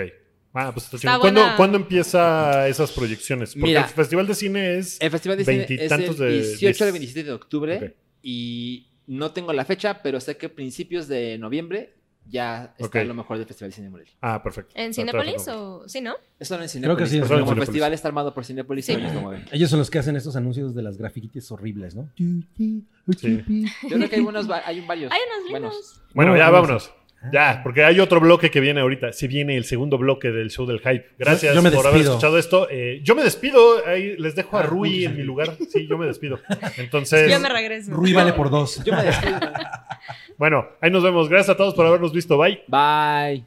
S2: Ah, pues está
S4: Está
S2: chido. ¿Cuándo,
S4: buena.
S2: cuándo empieza esas proyecciones? Porque
S3: Mira.
S2: el Festival de Cine es.
S3: El Festival de Cine es el
S2: Veintitantos de-
S3: 18 al
S2: diez.
S3: 27 de octubre.
S2: Ok.
S3: Y no tengo la fecha, pero sé que principios de noviembre ya está
S2: Ok.
S3: lo mejor del Festival de Cine de Morelia.
S2: Ah, perfecto.
S4: ¿En Cinépolis o...? Sí, ¿no?
S3: Eso no en
S5: Creo
S3: Cinepolis.
S5: que sí,
S3: porque como
S5: solo en
S3: el
S2: Cinépolis.
S3: festival está armado por Cinepolis,
S4: Sí.
S3: ellos lo mueven.
S5: Ellos son los que hacen estos anuncios de las grafitis horribles, ¿no?
S3: Yo creo que hay, unos, va- hay un varios.
S4: Hay unos
S3: buenos.
S4: lindos.
S2: Bueno,
S5: No,
S2: ya
S5: no,
S2: vámonos. Ya, porque hay otro bloque que viene ahorita. Se viene el segundo bloque del show del hype. Gracias
S5: Yo- yo me
S2: por haber
S5: despido.
S2: escuchado esto. Eh, yo me despido. Ahí les dejo a
S5: Ah,
S2: Rui
S5: uy.
S2: en mi lugar. Sí, yo me despido. Entonces,
S4: Yo me regreso.
S5: Rui vale por dos.
S3: Yo me despido.
S2: bueno, ahí nos vemos. Gracias a todos por habernos visto. Bye.
S3: Bye.